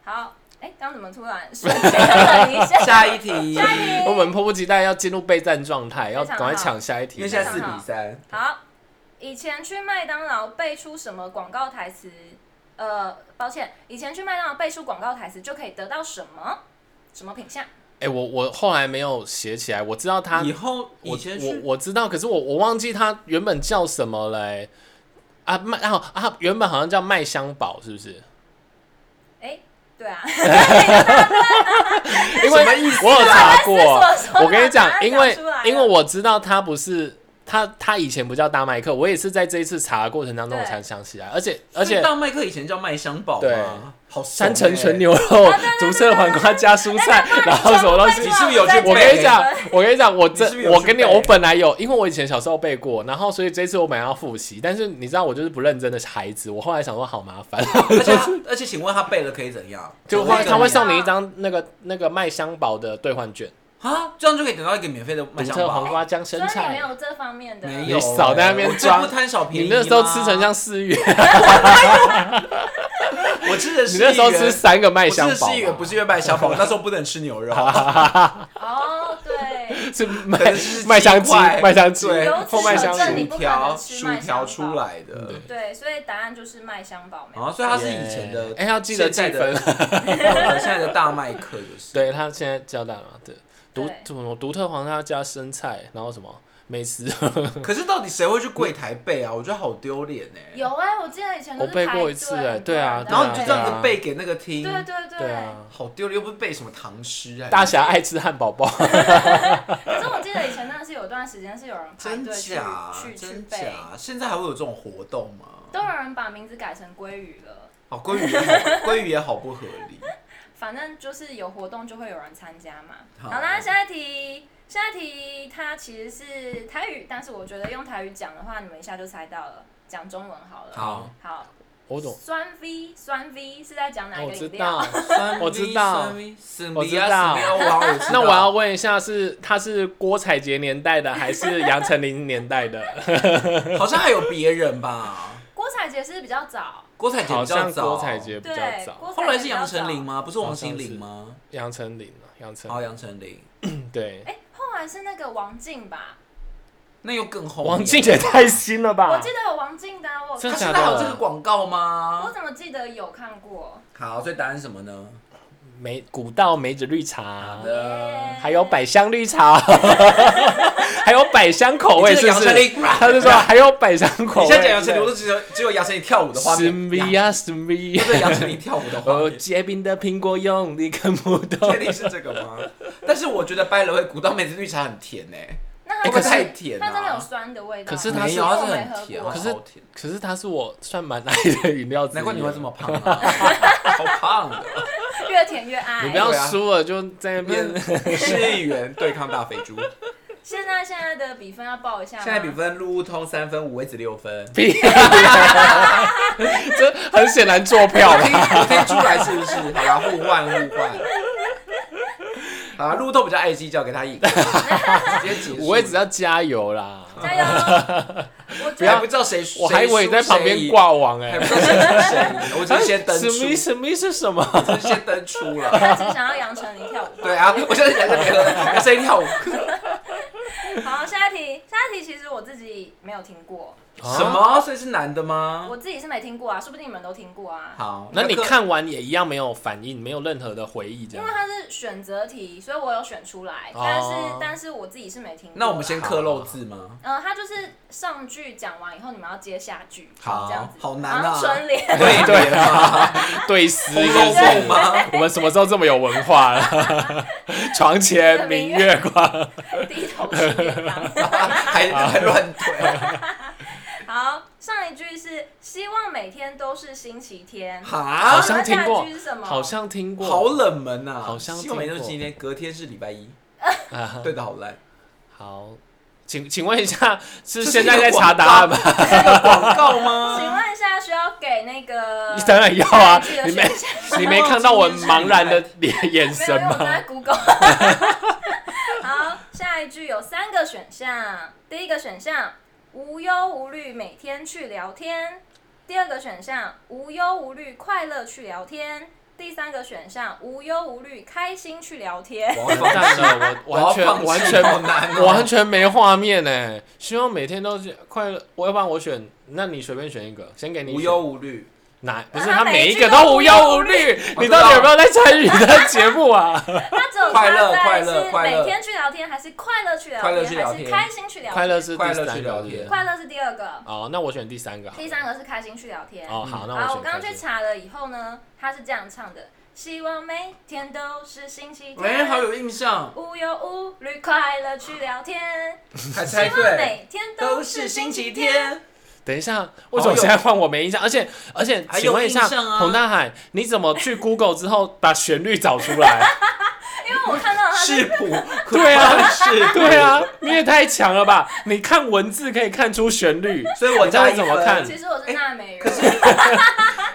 [SPEAKER 1] 好，哎，刚怎么突 然瞬间了一下？
[SPEAKER 2] 下一题，
[SPEAKER 1] 下一题
[SPEAKER 3] 我们迫不及待要进入备战状态，要
[SPEAKER 1] 非常
[SPEAKER 3] 赶快
[SPEAKER 1] 好
[SPEAKER 3] 抢下一题。
[SPEAKER 2] 因为现在四比三，
[SPEAKER 1] 好，一以前去麦当劳背出什么广告台词？呃，抱歉，以前去麦当劳背出广告台词就可以得到什么什么品相？
[SPEAKER 3] 哎、我我后来没有写起来，我知道他
[SPEAKER 2] 以后以
[SPEAKER 3] 我
[SPEAKER 2] 前
[SPEAKER 3] 啊我
[SPEAKER 2] 是
[SPEAKER 3] 我知道，可是我我忘记他原本叫什么嘞、啊麦啊啊，原本好像叫麦香堡，是不是？
[SPEAKER 1] 哎、对 啊，
[SPEAKER 3] 因为我有查 过
[SPEAKER 1] 我在思索，说
[SPEAKER 3] 我跟
[SPEAKER 1] 把
[SPEAKER 3] 你
[SPEAKER 1] 它
[SPEAKER 3] 讲，因为
[SPEAKER 1] 啊讲出来
[SPEAKER 3] 因为我知道他不是他他以前不叫大麦克，我也是在这一次查的过程当中我
[SPEAKER 1] 对
[SPEAKER 3] 才想起来，而且而且
[SPEAKER 2] 大麦克以前叫麦香堡
[SPEAKER 3] 对
[SPEAKER 2] 嘛，好欸
[SPEAKER 3] 三
[SPEAKER 2] 层
[SPEAKER 3] 层纯，牛
[SPEAKER 1] 啊
[SPEAKER 3] 肉、竹色黄瓜加蔬菜，然后什么东西
[SPEAKER 1] 你。
[SPEAKER 2] 是不是有去
[SPEAKER 3] 我
[SPEAKER 2] 背
[SPEAKER 3] 跟你讲，我跟你讲，我
[SPEAKER 2] 你是不是
[SPEAKER 3] 这
[SPEAKER 2] 有
[SPEAKER 3] 我
[SPEAKER 2] 去
[SPEAKER 3] 跟你，
[SPEAKER 2] 背
[SPEAKER 3] 我本来有，因为我以前小时候背过，然后所以这次我本来要复习，但是你知道我就是不认真的孩子，我后来想说好麻烦，啊
[SPEAKER 2] 而且他而且请问他背了可以怎样？
[SPEAKER 3] 就
[SPEAKER 2] 可
[SPEAKER 3] 会
[SPEAKER 2] 以
[SPEAKER 3] 他会
[SPEAKER 2] 怎样
[SPEAKER 3] 送你一张那个那个麦香堡的兑换券，
[SPEAKER 2] 啊，这样就可以得到一个免费的
[SPEAKER 3] 独
[SPEAKER 2] 麦香
[SPEAKER 3] 特黄
[SPEAKER 2] 堡。
[SPEAKER 3] 瓜姜
[SPEAKER 1] 所
[SPEAKER 3] 生
[SPEAKER 1] 以你没
[SPEAKER 3] 菜，
[SPEAKER 1] 有这方面的，
[SPEAKER 2] 没有欸
[SPEAKER 3] 你少在那边
[SPEAKER 2] 我就
[SPEAKER 3] 装
[SPEAKER 2] 不贪小便
[SPEAKER 3] 你
[SPEAKER 2] 宜啦。
[SPEAKER 3] 那时候吃成像四月，
[SPEAKER 2] 我吃的是
[SPEAKER 3] 你那时候吃三个麦
[SPEAKER 2] 我吃
[SPEAKER 3] 香啊
[SPEAKER 2] 的
[SPEAKER 3] 堡
[SPEAKER 2] 是一元，
[SPEAKER 3] 嘛
[SPEAKER 2] 不是因为麦香堡，我那时候不能吃牛肉，
[SPEAKER 1] 哦，对，
[SPEAKER 3] 是
[SPEAKER 2] 可
[SPEAKER 3] 麦
[SPEAKER 2] 能是
[SPEAKER 3] 麦香
[SPEAKER 2] 鸡
[SPEAKER 3] 鸡
[SPEAKER 2] 块
[SPEAKER 3] 麦香鸡
[SPEAKER 2] 对
[SPEAKER 1] 油，脂
[SPEAKER 3] 后麦香
[SPEAKER 1] 这你
[SPEAKER 3] 鸡，
[SPEAKER 1] 不
[SPEAKER 2] 薯
[SPEAKER 1] 可能
[SPEAKER 2] 条
[SPEAKER 1] 吃
[SPEAKER 2] 薯
[SPEAKER 1] 麦香堡
[SPEAKER 2] 条出来的
[SPEAKER 3] 嗯对
[SPEAKER 1] 对，所以答案就是麦香堡没有
[SPEAKER 3] 哦
[SPEAKER 2] 啊，所以他是以前的，
[SPEAKER 3] 哎要记得
[SPEAKER 2] 现在的，现在的大麦克就是。
[SPEAKER 3] 对他现在交代嘛，对，独
[SPEAKER 1] 对
[SPEAKER 3] 什么独特黄瓜加生菜，然后什么美食，
[SPEAKER 2] 可是到底谁会去柜台背啊？我觉得好丢脸呢。
[SPEAKER 1] 有哎、我记得以前都
[SPEAKER 3] 我
[SPEAKER 1] 是
[SPEAKER 3] 背
[SPEAKER 1] 排
[SPEAKER 3] 过
[SPEAKER 1] 队
[SPEAKER 3] 一次哎对啊
[SPEAKER 1] 很
[SPEAKER 2] 然后
[SPEAKER 1] 多人
[SPEAKER 2] 你就这
[SPEAKER 3] 对啊
[SPEAKER 2] 样子背给那个听，
[SPEAKER 1] 对对对
[SPEAKER 3] 对啊，
[SPEAKER 2] 好丢脸，又不是背什么唐诗啊。
[SPEAKER 3] 大侠爱吃汉堡包，
[SPEAKER 1] 可是我记得以前真的是有段时间是有人排
[SPEAKER 2] 真
[SPEAKER 1] 队去
[SPEAKER 2] 假
[SPEAKER 1] 去去
[SPEAKER 2] 真
[SPEAKER 1] 背，
[SPEAKER 2] 假？现在还会有这种活动吗？
[SPEAKER 1] 都有人把名字改成鲑鱼了。
[SPEAKER 2] 哦，鲑鱼也好，鲑鱼也好不合理。
[SPEAKER 1] 反正就是有活动就会有人参加嘛。
[SPEAKER 2] 好
[SPEAKER 1] 好啦，下一题，下一题它其实是台语，但是我觉得用台语讲的话，你们一下就猜到了。讲中文好了。
[SPEAKER 2] 好，
[SPEAKER 1] 好，
[SPEAKER 3] 我懂，
[SPEAKER 1] 酸 V 酸 V 是在讲哪
[SPEAKER 3] 哦我
[SPEAKER 1] 个
[SPEAKER 3] 知
[SPEAKER 1] 饮料
[SPEAKER 3] 道？。我知道
[SPEAKER 2] 酸米，酸
[SPEAKER 3] 我
[SPEAKER 2] 米
[SPEAKER 3] 知
[SPEAKER 2] 啊
[SPEAKER 3] 道
[SPEAKER 2] 酸米啊哇我知道
[SPEAKER 3] 那我要问一下是，他是郭采洁年代的，还是杨丞琳年代的？
[SPEAKER 2] 好像还有别人吧？
[SPEAKER 1] 郭采洁是比较早，
[SPEAKER 2] 郭采洁
[SPEAKER 3] 好
[SPEAKER 2] 比较
[SPEAKER 3] 像
[SPEAKER 2] 早，
[SPEAKER 3] 郭采洁比较
[SPEAKER 1] 对，
[SPEAKER 3] 早，
[SPEAKER 1] 郭采洁比较早
[SPEAKER 2] 后来是杨丞琳？吗？不是王心凌吗？
[SPEAKER 3] 杨丞琳啊，杨丞
[SPEAKER 2] 哦，
[SPEAKER 3] 琳
[SPEAKER 2] 杨丞琳，
[SPEAKER 3] 对，
[SPEAKER 1] 哎，后来是那个王静吧？
[SPEAKER 2] 那又更红。
[SPEAKER 3] 王静也太新了吧？
[SPEAKER 1] 我记得有王静的啊，我有
[SPEAKER 3] 真
[SPEAKER 2] 他
[SPEAKER 3] 的
[SPEAKER 2] 现
[SPEAKER 3] 假
[SPEAKER 2] 在还
[SPEAKER 3] 的
[SPEAKER 2] 有这个广告吗
[SPEAKER 1] 我？怎么记得有看过？
[SPEAKER 2] 好，所以答案是什么呢？
[SPEAKER 3] 梅古道梅子绿茶，
[SPEAKER 2] 呃
[SPEAKER 3] 还有百香绿茶， 还有百香口味，
[SPEAKER 2] 你这
[SPEAKER 3] 是
[SPEAKER 2] 个
[SPEAKER 3] 不
[SPEAKER 2] 杨丞
[SPEAKER 3] 是
[SPEAKER 2] 琳？ 啊
[SPEAKER 3] 他就说还有百香 口
[SPEAKER 2] 你
[SPEAKER 3] 味。
[SPEAKER 2] 现在讲杨丞琳，我都只有只有杨丞琳跳舞的画
[SPEAKER 3] 是
[SPEAKER 2] 面。
[SPEAKER 3] 咪呀是咪
[SPEAKER 2] 不，是杨丞琳跳舞的画
[SPEAKER 3] 哦，
[SPEAKER 2] 面，
[SPEAKER 3] 结冰的苹果用你看不到
[SPEAKER 2] 确。定是这个吗？但是我觉得掰了会古道梅子绿茶很甜呢、
[SPEAKER 1] 那
[SPEAKER 2] 会
[SPEAKER 1] 它
[SPEAKER 2] 不会
[SPEAKER 1] 就是
[SPEAKER 2] 哎太甜
[SPEAKER 1] 它真的有
[SPEAKER 2] 啊？
[SPEAKER 1] 酸的味道吗。
[SPEAKER 3] 可是它
[SPEAKER 2] 没
[SPEAKER 3] 是
[SPEAKER 2] 有，
[SPEAKER 1] 因为
[SPEAKER 2] 它
[SPEAKER 1] 我
[SPEAKER 2] 是
[SPEAKER 1] 没
[SPEAKER 2] 很
[SPEAKER 1] 喝
[SPEAKER 2] 甜，啊
[SPEAKER 1] 过
[SPEAKER 3] 可是
[SPEAKER 2] 超甜
[SPEAKER 3] 可是它是我算蛮爱的饮料之一。
[SPEAKER 2] 难怪你会这么胖、啊， 好胖啊 的。
[SPEAKER 1] 越甜越爱。
[SPEAKER 3] 你不
[SPEAKER 2] 啊
[SPEAKER 3] 要输了就在那边。
[SPEAKER 2] 市议员对抗大肥猪，
[SPEAKER 1] 现在现在的比分要报一下吗
[SPEAKER 2] 现在比分路通三分，五位子六 分。
[SPEAKER 3] 屁 啦这很显然做票
[SPEAKER 2] 我
[SPEAKER 3] 嘛
[SPEAKER 2] 听。我听出来是不是？好啦，互换互换。好啦，路透比较爱计较，给他赢，直接结束。
[SPEAKER 3] 我也只要加油啦，
[SPEAKER 1] 加 油！我
[SPEAKER 2] 不
[SPEAKER 1] 觉
[SPEAKER 2] 要
[SPEAKER 1] 得
[SPEAKER 2] 不知道谁输，
[SPEAKER 3] 我还以为你在旁边挂网哎、
[SPEAKER 2] 谁输谁赢，还不知道谁输谁赢，我只是先登出，
[SPEAKER 3] 什么
[SPEAKER 2] 只
[SPEAKER 3] 意思？什么意思？什么？
[SPEAKER 2] 是先登出了。
[SPEAKER 1] 他只想要杨丞琳跳舞。
[SPEAKER 2] 对啊，我现在想着别 的，要谁跳舞？
[SPEAKER 3] 啊
[SPEAKER 1] 好，下一题，下一题其实我自己没有听过，
[SPEAKER 2] 什么？所以是男的吗
[SPEAKER 1] 我？自己是没听过啊，说不定你们都听过啊。
[SPEAKER 2] 好，
[SPEAKER 3] 那你
[SPEAKER 2] 个
[SPEAKER 3] 看完也一样没有反应，没有任何的回忆，这
[SPEAKER 1] 因
[SPEAKER 3] 样
[SPEAKER 1] 为。它是选择题，所以我有选出来，
[SPEAKER 3] 哦
[SPEAKER 1] 但是但是我自己是没听过啊。
[SPEAKER 2] 那我们先刻漏字吗？
[SPEAKER 1] 呃，它就是上句讲完以后，你们要接下句，
[SPEAKER 2] 好
[SPEAKER 1] 这样子，
[SPEAKER 2] 好难啊
[SPEAKER 1] 然后春联，
[SPEAKER 2] 对
[SPEAKER 3] 对
[SPEAKER 2] 啊，
[SPEAKER 3] 对诗就
[SPEAKER 2] 红楼梦
[SPEAKER 3] 是
[SPEAKER 2] 吗？
[SPEAKER 3] 我们什么时候这么有文化了？ 床前明月光，
[SPEAKER 1] 低头吃便当。
[SPEAKER 3] 啊
[SPEAKER 2] 还还乱推，
[SPEAKER 1] 好，上一句是希望每天都是星期天。
[SPEAKER 3] 好
[SPEAKER 2] 哈，
[SPEAKER 3] 像听
[SPEAKER 1] 然后
[SPEAKER 3] 过
[SPEAKER 1] 下一句是什么？
[SPEAKER 3] 好像听过。
[SPEAKER 2] 好冷门啊呐，
[SPEAKER 3] 好像
[SPEAKER 2] 希望每天都是
[SPEAKER 3] 听过
[SPEAKER 2] 今天，隔天是礼拜一，
[SPEAKER 3] 啊
[SPEAKER 2] 对的好烂，
[SPEAKER 3] 好，请请问一下，是现在在查答案吗？？
[SPEAKER 2] 广告
[SPEAKER 1] 请
[SPEAKER 2] 吗？
[SPEAKER 1] 问一下，需要给那个
[SPEAKER 3] 当然要啊
[SPEAKER 1] 下一句，的
[SPEAKER 3] 你没
[SPEAKER 1] 选项
[SPEAKER 3] 你没看到我茫然的脸眼
[SPEAKER 1] 没有，
[SPEAKER 3] 神
[SPEAKER 1] 因为我在
[SPEAKER 3] 吗？
[SPEAKER 1] Google。好，下一句有三个选项，第一个选项无忧无虑，每天去聊天；第二个选项无忧无虑，快乐去聊天；第三个选项无忧无虑，开心去聊天。
[SPEAKER 3] 完蛋了，我完全完全
[SPEAKER 2] 好难哦
[SPEAKER 3] 完全没画面呢。希望每天都是快乐，我要不然我选，那你随便选一个，先给你
[SPEAKER 2] 无
[SPEAKER 3] 选
[SPEAKER 2] 忧无虑。
[SPEAKER 3] 哪不是
[SPEAKER 1] 他
[SPEAKER 3] 他
[SPEAKER 1] 每
[SPEAKER 3] 每
[SPEAKER 1] 一
[SPEAKER 3] 一
[SPEAKER 1] 句
[SPEAKER 3] 个
[SPEAKER 1] 都
[SPEAKER 3] 都
[SPEAKER 1] 无
[SPEAKER 3] 无
[SPEAKER 1] 忧
[SPEAKER 3] 忧
[SPEAKER 1] 无
[SPEAKER 3] 无虑，
[SPEAKER 2] 我
[SPEAKER 3] 你
[SPEAKER 2] 知
[SPEAKER 3] 到底
[SPEAKER 2] 道
[SPEAKER 3] 有没有在参与他节目啊？
[SPEAKER 1] 他只有
[SPEAKER 2] 快
[SPEAKER 1] 差
[SPEAKER 2] 乐
[SPEAKER 1] 在
[SPEAKER 2] 快乐
[SPEAKER 1] 是
[SPEAKER 2] 快乐
[SPEAKER 1] 每天去聊天，还是快乐去聊
[SPEAKER 2] 快乐去
[SPEAKER 1] 天，
[SPEAKER 2] 聊
[SPEAKER 1] 还是
[SPEAKER 2] 天
[SPEAKER 1] 开心去聊天？
[SPEAKER 3] 快乐是第
[SPEAKER 2] 快乐去
[SPEAKER 3] 三
[SPEAKER 2] 聊
[SPEAKER 3] 个，
[SPEAKER 2] 天
[SPEAKER 1] 快乐是第二个，
[SPEAKER 3] 哦，那我选第三个好了。
[SPEAKER 1] 第三个是开心去聊天。
[SPEAKER 3] 哦，好，那
[SPEAKER 1] 好，
[SPEAKER 3] 选
[SPEAKER 1] 我刚刚
[SPEAKER 3] 开
[SPEAKER 1] 去
[SPEAKER 3] 心
[SPEAKER 1] 查了以后呢，他是这样唱的：希望每天都是星期
[SPEAKER 2] 哎、好
[SPEAKER 1] 天，
[SPEAKER 2] 有印象，
[SPEAKER 1] 无忧无虑，快乐去聊天。
[SPEAKER 2] 还猜
[SPEAKER 1] 希望
[SPEAKER 2] 对，
[SPEAKER 1] 每天
[SPEAKER 2] 都
[SPEAKER 1] 都
[SPEAKER 2] 是
[SPEAKER 1] 是
[SPEAKER 2] 星
[SPEAKER 1] 星
[SPEAKER 2] 期
[SPEAKER 1] 期
[SPEAKER 2] 天
[SPEAKER 1] 天。。
[SPEAKER 3] 等一下，为什么现在换我没印象？而且而且，
[SPEAKER 2] 哦还有
[SPEAKER 3] 请问一下
[SPEAKER 2] 印象，啊
[SPEAKER 3] 彭大海，你怎么去 Google 之后把旋律找出来？
[SPEAKER 1] 因为我看到他
[SPEAKER 2] 视谱，
[SPEAKER 3] 对 啊
[SPEAKER 2] 视谱
[SPEAKER 3] 对，啊，你也太强了吧！你看文字可以看出旋律，
[SPEAKER 2] 所以我
[SPEAKER 3] 你到
[SPEAKER 2] 加
[SPEAKER 3] 底
[SPEAKER 2] 一
[SPEAKER 3] 怎么
[SPEAKER 2] 分
[SPEAKER 3] 看
[SPEAKER 1] 其实
[SPEAKER 2] 哎
[SPEAKER 1] 我是娜美人，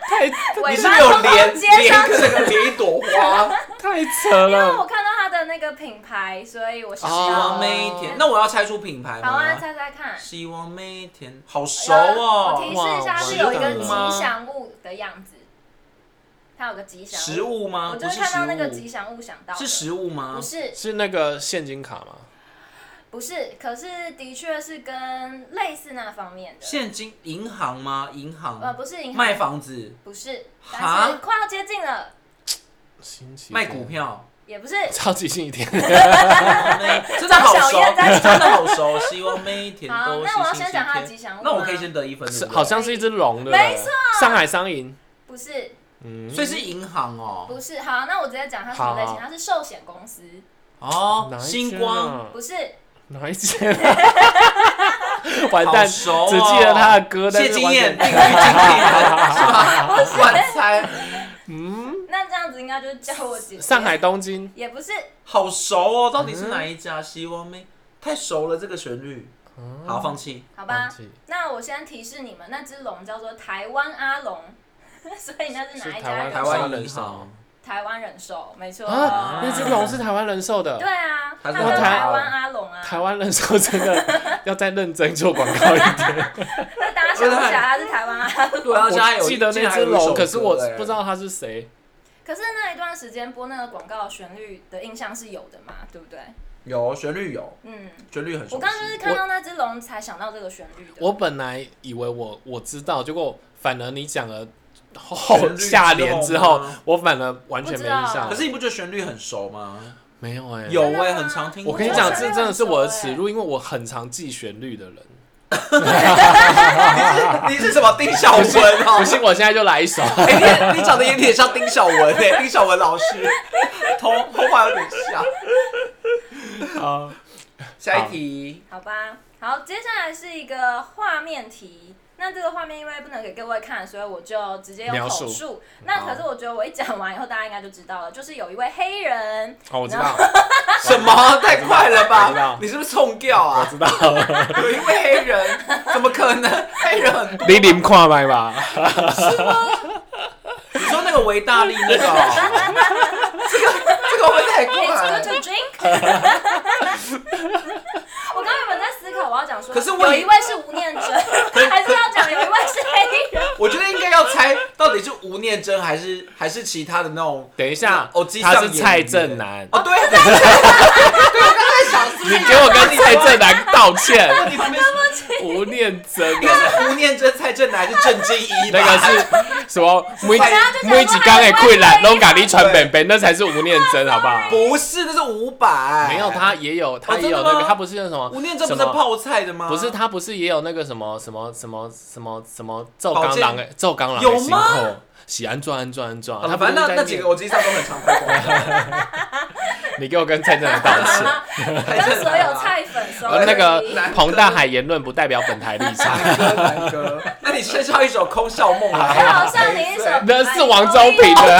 [SPEAKER 3] 太
[SPEAKER 1] 尾
[SPEAKER 2] 你是不
[SPEAKER 1] 巴
[SPEAKER 2] 是有
[SPEAKER 1] 通通
[SPEAKER 2] 连
[SPEAKER 1] 接上去。
[SPEAKER 2] 连这个连一朵 花，
[SPEAKER 3] 太扯
[SPEAKER 1] 因为我
[SPEAKER 3] 了。
[SPEAKER 1] 看到他的那个品牌，所以我想
[SPEAKER 2] 希望
[SPEAKER 1] 要。
[SPEAKER 2] 哦每一天。那我要猜出品牌
[SPEAKER 1] 好啊，
[SPEAKER 2] 吗？
[SPEAKER 1] 猜猜看。
[SPEAKER 2] 希望每一天，好熟
[SPEAKER 1] 我提
[SPEAKER 2] 哦。
[SPEAKER 1] 示一下，
[SPEAKER 3] 哇
[SPEAKER 1] 是有一个
[SPEAKER 2] 食物
[SPEAKER 1] 吉
[SPEAKER 2] 吗
[SPEAKER 1] 祥物的样子，它有个吉祥
[SPEAKER 2] 食物吗？
[SPEAKER 1] 我
[SPEAKER 2] 不
[SPEAKER 1] 就是是看到那个吉
[SPEAKER 2] 食
[SPEAKER 1] 祥物想到
[SPEAKER 2] 物，
[SPEAKER 1] 的
[SPEAKER 2] 是食物吗
[SPEAKER 1] 不？是
[SPEAKER 3] 是那个现金卡吗？
[SPEAKER 1] 不是，可是的确是跟类似那方面的，
[SPEAKER 2] 现金银行吗？银
[SPEAKER 1] 呃，
[SPEAKER 2] 行
[SPEAKER 1] 不是银行
[SPEAKER 2] 卖，房子，
[SPEAKER 1] 不是，
[SPEAKER 2] 哈
[SPEAKER 1] 但是快要接近了，
[SPEAKER 3] 星期
[SPEAKER 2] 卖
[SPEAKER 3] 天
[SPEAKER 2] 股，票，哦
[SPEAKER 1] 也不是，
[SPEAKER 3] 超级星期天。
[SPEAKER 2] 真的好
[SPEAKER 1] 张
[SPEAKER 2] 熟
[SPEAKER 1] 小燕，在
[SPEAKER 2] 真的好熟。哦希望每一天
[SPEAKER 1] 好，
[SPEAKER 2] 都是
[SPEAKER 1] 那我要
[SPEAKER 2] 星期
[SPEAKER 1] 先讲它的
[SPEAKER 2] 天。
[SPEAKER 1] 吉祥物，
[SPEAKER 2] 那我可以，先得一分，
[SPEAKER 3] 是
[SPEAKER 2] 对不对
[SPEAKER 3] 好像是一只龙的，
[SPEAKER 1] 没错，
[SPEAKER 3] 上海商银，
[SPEAKER 1] 不是
[SPEAKER 3] 嗯，
[SPEAKER 2] 所以是银行哦。
[SPEAKER 1] 不是，好，那我直接讲它是什么类型，
[SPEAKER 3] 好
[SPEAKER 1] 它是寿险公司，
[SPEAKER 2] 哦，
[SPEAKER 3] 哪一间
[SPEAKER 2] 星
[SPEAKER 3] 啊
[SPEAKER 2] 光，
[SPEAKER 1] 不是，
[SPEAKER 3] 哪一间啊？ 完蛋，
[SPEAKER 2] 好
[SPEAKER 3] 只
[SPEAKER 2] 熟哦
[SPEAKER 3] 记得他的歌，但
[SPEAKER 2] 谢
[SPEAKER 3] 是
[SPEAKER 2] 金
[SPEAKER 3] 完
[SPEAKER 2] 燕，
[SPEAKER 3] 全
[SPEAKER 2] 定居经理人是吧？乱猜，
[SPEAKER 3] 嗯，
[SPEAKER 1] 那这样子应该就是叫我姐姐，
[SPEAKER 3] 上海东京，
[SPEAKER 1] 也不是，
[SPEAKER 2] 好熟哦，
[SPEAKER 3] 嗯
[SPEAKER 2] 到底是哪一家？希望妹太熟了，这个旋律，
[SPEAKER 3] 嗯
[SPEAKER 2] 好放弃。
[SPEAKER 1] 好吧
[SPEAKER 3] 忘记，
[SPEAKER 1] 那我先提示你们，那只龙叫做台湾阿龙， 所以那是
[SPEAKER 3] 是
[SPEAKER 1] 哪一
[SPEAKER 3] 台
[SPEAKER 1] 家
[SPEAKER 3] 湾
[SPEAKER 1] 人
[SPEAKER 2] 台
[SPEAKER 1] 寿
[SPEAKER 2] 湾
[SPEAKER 3] 人
[SPEAKER 2] 银行
[SPEAKER 3] 寿
[SPEAKER 1] 台湾人寿，没错。
[SPEAKER 3] 啊，那只龙是台湾人寿的，
[SPEAKER 1] 哦对啊，
[SPEAKER 2] 他
[SPEAKER 1] 他
[SPEAKER 2] 是
[SPEAKER 1] 叫
[SPEAKER 3] 台
[SPEAKER 1] 台
[SPEAKER 2] 湾
[SPEAKER 1] 湾阿龙啊，
[SPEAKER 3] 台湾人寿 真的要再认真做广告一 点。
[SPEAKER 1] 那大家想不想他是台湾阿龙？
[SPEAKER 2] 对啊，现在有
[SPEAKER 3] 我记得
[SPEAKER 2] 竟
[SPEAKER 3] 那
[SPEAKER 2] 然还有
[SPEAKER 3] 只
[SPEAKER 2] 一首
[SPEAKER 3] 龙，
[SPEAKER 2] 歌
[SPEAKER 3] 可是我
[SPEAKER 2] 哎
[SPEAKER 3] 不知道他是谁。
[SPEAKER 1] 可是那一段时间播那个广告旋律的印象是有的嘛，对不对？
[SPEAKER 2] 有旋律有
[SPEAKER 1] 嗯，
[SPEAKER 2] 旋律很熟悉。
[SPEAKER 1] 我刚刚就是看到那只龙才想到这个旋律的。
[SPEAKER 3] 我本来以为我我知道，结果反而你讲了后
[SPEAKER 2] 旋律
[SPEAKER 3] 下联之
[SPEAKER 2] 之后
[SPEAKER 3] 后
[SPEAKER 2] 吗，
[SPEAKER 3] 我反而完全
[SPEAKER 1] 不
[SPEAKER 3] 没印
[SPEAKER 1] 知道
[SPEAKER 3] 象。
[SPEAKER 2] 可是你不觉得旋律很熟 吗？
[SPEAKER 3] 没有哎，
[SPEAKER 2] 有
[SPEAKER 1] 真的吗
[SPEAKER 2] 哎，很常听。
[SPEAKER 3] 我跟你讲，
[SPEAKER 1] 我
[SPEAKER 3] 这
[SPEAKER 1] 觉得
[SPEAKER 3] 真的是我的
[SPEAKER 1] 很熟
[SPEAKER 3] 耻辱，因为我很常记旋 律的人。
[SPEAKER 2] 你是什么丁小文
[SPEAKER 3] 不
[SPEAKER 2] 哦？
[SPEAKER 3] 信， 我现在就来 一首。
[SPEAKER 2] 哎，你你长得有点像丁小文哎，丁小文老师，头头发有点像。下一题，
[SPEAKER 1] 好吧，好，接下来是一个画面题。那这个画面因为不能给各位看，所以我就直接用
[SPEAKER 3] 描述
[SPEAKER 1] 口述。那可是我觉得我一讲完以后，大家应该就知道了，就是有一位黑人，
[SPEAKER 3] 哦，我知
[SPEAKER 1] 然
[SPEAKER 3] 道，
[SPEAKER 2] 什么？太快了
[SPEAKER 3] 我知
[SPEAKER 2] 吧
[SPEAKER 3] 道！
[SPEAKER 2] 你是不是冲掉啊？
[SPEAKER 3] 知道。
[SPEAKER 2] 有一位黑人，怎么可能？黑人很多。
[SPEAKER 3] 你你们看麦吧。
[SPEAKER 2] 你说那个维大利那个哦、 这个这个会不会太
[SPEAKER 1] It's
[SPEAKER 2] 快啊
[SPEAKER 1] good
[SPEAKER 2] 了。
[SPEAKER 1] to drink 。我刚刚原本在思考，我要讲说，
[SPEAKER 2] 可是我
[SPEAKER 1] 有
[SPEAKER 2] 也
[SPEAKER 1] 一位是吴念真，还是要讲有一位是黑人。
[SPEAKER 2] 我觉得应该要猜到底是吴念真还是还是其他的那种。
[SPEAKER 3] 等一下，
[SPEAKER 2] 哦机上
[SPEAKER 3] 他是
[SPEAKER 2] 演员
[SPEAKER 3] 蔡正南。
[SPEAKER 2] 哦，对对对，我刚才想是不
[SPEAKER 3] 你
[SPEAKER 2] 是
[SPEAKER 3] 给我跟蔡正南道歉。
[SPEAKER 2] 你旁边
[SPEAKER 3] 吴念真啊
[SPEAKER 2] 应该是吴念真、蔡正南还是郑经一吧？
[SPEAKER 3] 那个是什么？每
[SPEAKER 2] 大家
[SPEAKER 1] 就讲说
[SPEAKER 3] 每几刚
[SPEAKER 2] 哎
[SPEAKER 3] 的困难
[SPEAKER 1] 他
[SPEAKER 3] 拢
[SPEAKER 1] 很
[SPEAKER 3] 甲你传本本，那才是吴念真，好不好？
[SPEAKER 2] 啊不是，那是伍佰。
[SPEAKER 3] 没有，他也有，他也有
[SPEAKER 2] 真的
[SPEAKER 3] 那
[SPEAKER 2] 吗
[SPEAKER 3] 个，他不是那什么？
[SPEAKER 2] 吴念真不是
[SPEAKER 3] 什么
[SPEAKER 2] 泡菜的吗？
[SPEAKER 3] 不是，他不是也有那个什么什么什么什么什么奏
[SPEAKER 2] 宝
[SPEAKER 3] 钢
[SPEAKER 2] 剑
[SPEAKER 3] 狼的奏钢狼
[SPEAKER 2] 有
[SPEAKER 3] 的心
[SPEAKER 2] 吗
[SPEAKER 3] 口，喜安转安转安转，
[SPEAKER 2] 好
[SPEAKER 3] 他
[SPEAKER 2] 了，
[SPEAKER 3] 不是
[SPEAKER 2] 反正那
[SPEAKER 3] 在
[SPEAKER 2] 那几
[SPEAKER 3] 念
[SPEAKER 2] 个我机上都很常拍广
[SPEAKER 3] 你给我跟蔡正南道 歉。
[SPEAKER 2] 告。蔡
[SPEAKER 1] 跟
[SPEAKER 2] 正
[SPEAKER 1] 所
[SPEAKER 2] 南
[SPEAKER 1] 有
[SPEAKER 2] 啊
[SPEAKER 1] 菜粉说
[SPEAKER 3] 呃，那个
[SPEAKER 2] 男歌
[SPEAKER 3] 彭大海言论不代表本台立场。
[SPEAKER 2] 南哥，南哥，那你先唱一首《空笑梦》
[SPEAKER 1] 还
[SPEAKER 2] 来。
[SPEAKER 1] 哎好像你一首，
[SPEAKER 3] 那是
[SPEAKER 1] 哎
[SPEAKER 3] 王周平 的，